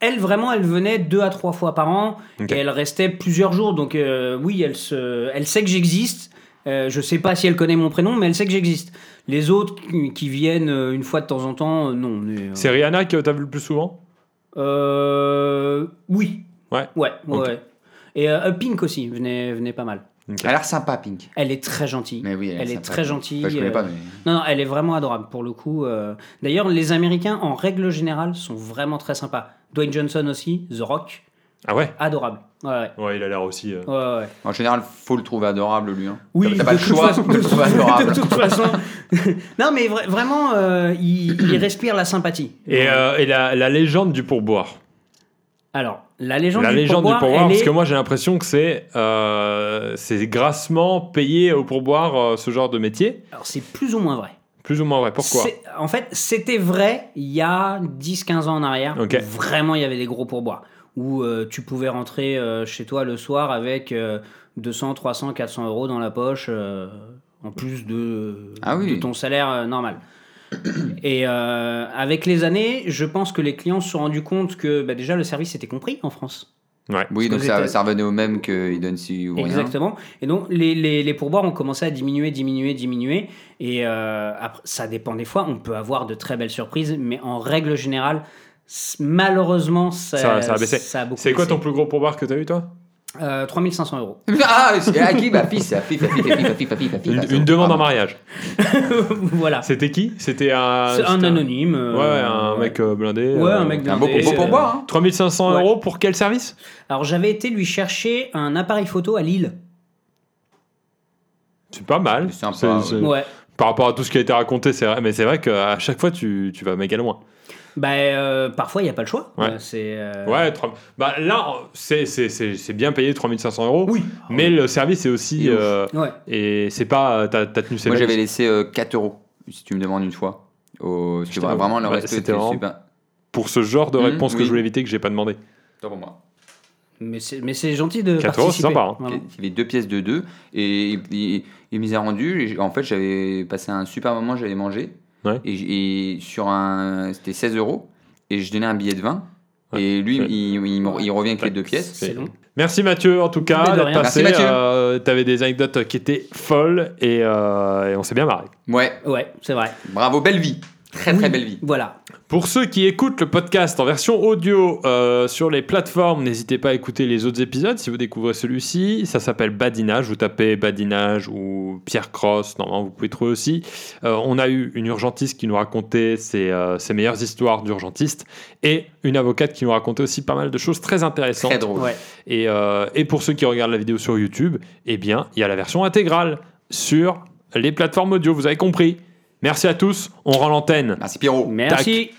B: elle, vraiment, elle venait deux à trois fois par an
A: Ok.
B: et elle restait plusieurs jours. Donc, euh, oui, elle, se, elle sait que j'existe. Euh, je sais pas si elle connaît mon prénom, mais elle sait que j'existe. Les autres qui, qui viennent euh, une fois de temps en temps, euh, non. mais, euh,
A: C'est Rihanna que t'as vu le plus souvent
B: Euh, oui.
A: Ouais.
B: Ouais, ouais,
A: Ok.
B: ouais. Et euh, Pink aussi venait, venait pas mal.
A: Ok.
C: Elle a l'air sympa, Pink.
B: Elle est très gentille.
C: Mais oui,
B: Elle est
C: sympa,
B: très
C: Pink.
B: gentille,
C: Enfin, je connais
B: euh,
C: pas, mais.
B: Non, non, elle est vraiment adorable pour le coup. euh. D'ailleurs, les Américains, en règle générale, sont vraiment très sympas. Dwayne Johnson aussi, The Rock,
A: Ah ouais
B: adorable. Ouais, ouais.
A: Ouais, il a l'air aussi. euh,
B: Ouais, ouais, ouais.
C: En général, faut le trouver adorable, lui. Hein.
B: Oui,
C: t'as pas
B: de
C: le
B: toute
C: choix
B: façon-
C: de le trouver adorable.
B: de toute façon. non, mais vra- vraiment, euh, il, il respire la sympathie.
A: Et, euh, et la, la légende du pourboire.
B: Alors, la légende,
A: la
B: du,
A: légende
B: pourboire,
A: du pourboire,
B: elle
A: parce
B: est-
A: que moi j'ai l'impression que c'est euh, c'est grassement payé au pourboire euh, ce genre de métier.
B: Alors, c'est plus ou moins vrai.
A: Plus ou moins vrai. Pourquoi
B: C'est- En fait, c'était vrai il y a 10-15 ans en arrière.
A: Ok.
B: où Vraiment, il y avait des gros pourboires. Où euh, tu pouvais rentrer euh, chez toi le soir avec euh, 200, 300, 400 euros dans la poche, euh, en plus de,
C: Ah oui.
B: de ton salaire euh, normal. Et euh, avec les années, je pense que les clients se sont rendus compte que bah, déjà le service était compris en France.
C: Oui,
B: Parce
C: donc
B: que
C: ça,
B: j'étais-
C: ça revenait au même qu'il donne si ou rien.
B: Exactement. Et donc, les, les, les pourboires ont commencé à diminuer, diminuer, diminuer. Et euh, après, ça dépend des fois. On peut avoir de très belles surprises, mais en règle générale, c- malheureusement, ça,
A: Ça- ça a baissé.
B: beaucoup
A: C'est quoi ton
B: baissé.
A: plus gros pourboire que t'as eu toi
B: Euh, 3500 euros.
C: Ah, c'est à qui Bah, fils, à fif, à fif, à fif, à fif, à fif, à Ah, fif,
A: une,
C: à fif.
A: une demande
B: Ah
A: en
C: Pardon.
A: mariage.
B: voilà.
A: C'était qui C'était Ah, un.
B: C'est un
A: c'était
B: anonyme. euh,
A: Ouais, un mec euh, blindé.
B: Ouais,
A: euh,
B: un mec
C: Un beau
B: blindé,
C: propos pour
B: euh,
C: moi. hein.
A: 3500
B: Ouais.
A: euros pour quel service
B: Alors, j'avais été lui chercher un appareil photo à Lille.
A: C'est pas mal.
C: hein. C'est sympa,
A: C'est- c'est-
C: ouais.
B: Ouais.
A: Par rapport à tout ce qui a été raconté, c'est vrai. Mais c'est vrai qu'à chaque fois, tu, tu vas méga loin.
B: Bah, euh, parfois, il n'y a pas le choix.
A: Ouais.
B: Euh, c'est, euh,
A: Ouais, trois- bah, là, c'est- c'est c'est- c'est bien payé 3500 euros.
B: Oui.
A: Mais le service est aussi.
C: Il est ouf.
A: euh,
B: Ouais.
A: et c'est pas. euh, T'as t'as tenu ses
C: Moi,
A: mecs.
C: j'avais laissé euh, 4 euros, si tu me demandes une fois. Au... parce que
A: Putain,
C: vraiment, le
A: ouais,
C: reste
A: c'était
C: était
A: vraiment-
C: super.
A: Pour ce genre de
C: Mhm,
A: réponse que
C: oui.
A: je voulais éviter, que j'ai pas demandé.
C: Attends pour moi.
B: Mais c'est, mais c'est gentil de
A: 4 euros, c'est
B: participer.
A: sympa, hein.
B: Voilà.
C: Il y avait deux pièces de deux. Et il- il il m'y a rendu. Et j- en fait, j'avais passé un super moment, j'avais mangé.
A: Ouais.
C: Et, j- et sur un. C'était 16 euros. Et je donnais un billet de vin.
A: Ouais.
C: Et lui,
A: Ouais.
C: il, il me- il revient avec les deux pièces.
B: C'est long.
A: Merci Mathieu, en tout
B: Mais
A: cas,
B: de
A: d'être
B: rien.
A: passé.
C: Merci, Mathieu.
A: euh, T'avais des anecdotes qui étaient folles et, euh, et on s'est bien marré.
C: Ouais,
B: Ouais, c'est vrai.
C: bravo, belle vie. Très, très
B: Oui,
C: belle vie.
B: Voilà.
A: Pour ceux qui écoutent le podcast en version audio euh, sur les plateformes, n'hésitez pas à écouter les autres épisodes si vous découvrez celui-ci. Ça s'appelle Badinage. Vous tapez Badinage ou Pierre Cross, normalement vous pouvez trouver aussi. Euh, on a eu une urgentiste qui nous racontait ses, euh, ses meilleures histoires d'urgentiste et une avocate qui nous racontait aussi pas mal de choses très intéressantes.
C: Très drôle.
B: Ouais.
A: Et, euh, et pour ceux qui regardent la vidéo sur YouTube, eh bien, il y a la version intégrale sur les plateformes audio, vous avez compris. Merci à tous, on rend l'antenne.
C: Merci Pierrot.
B: Merci.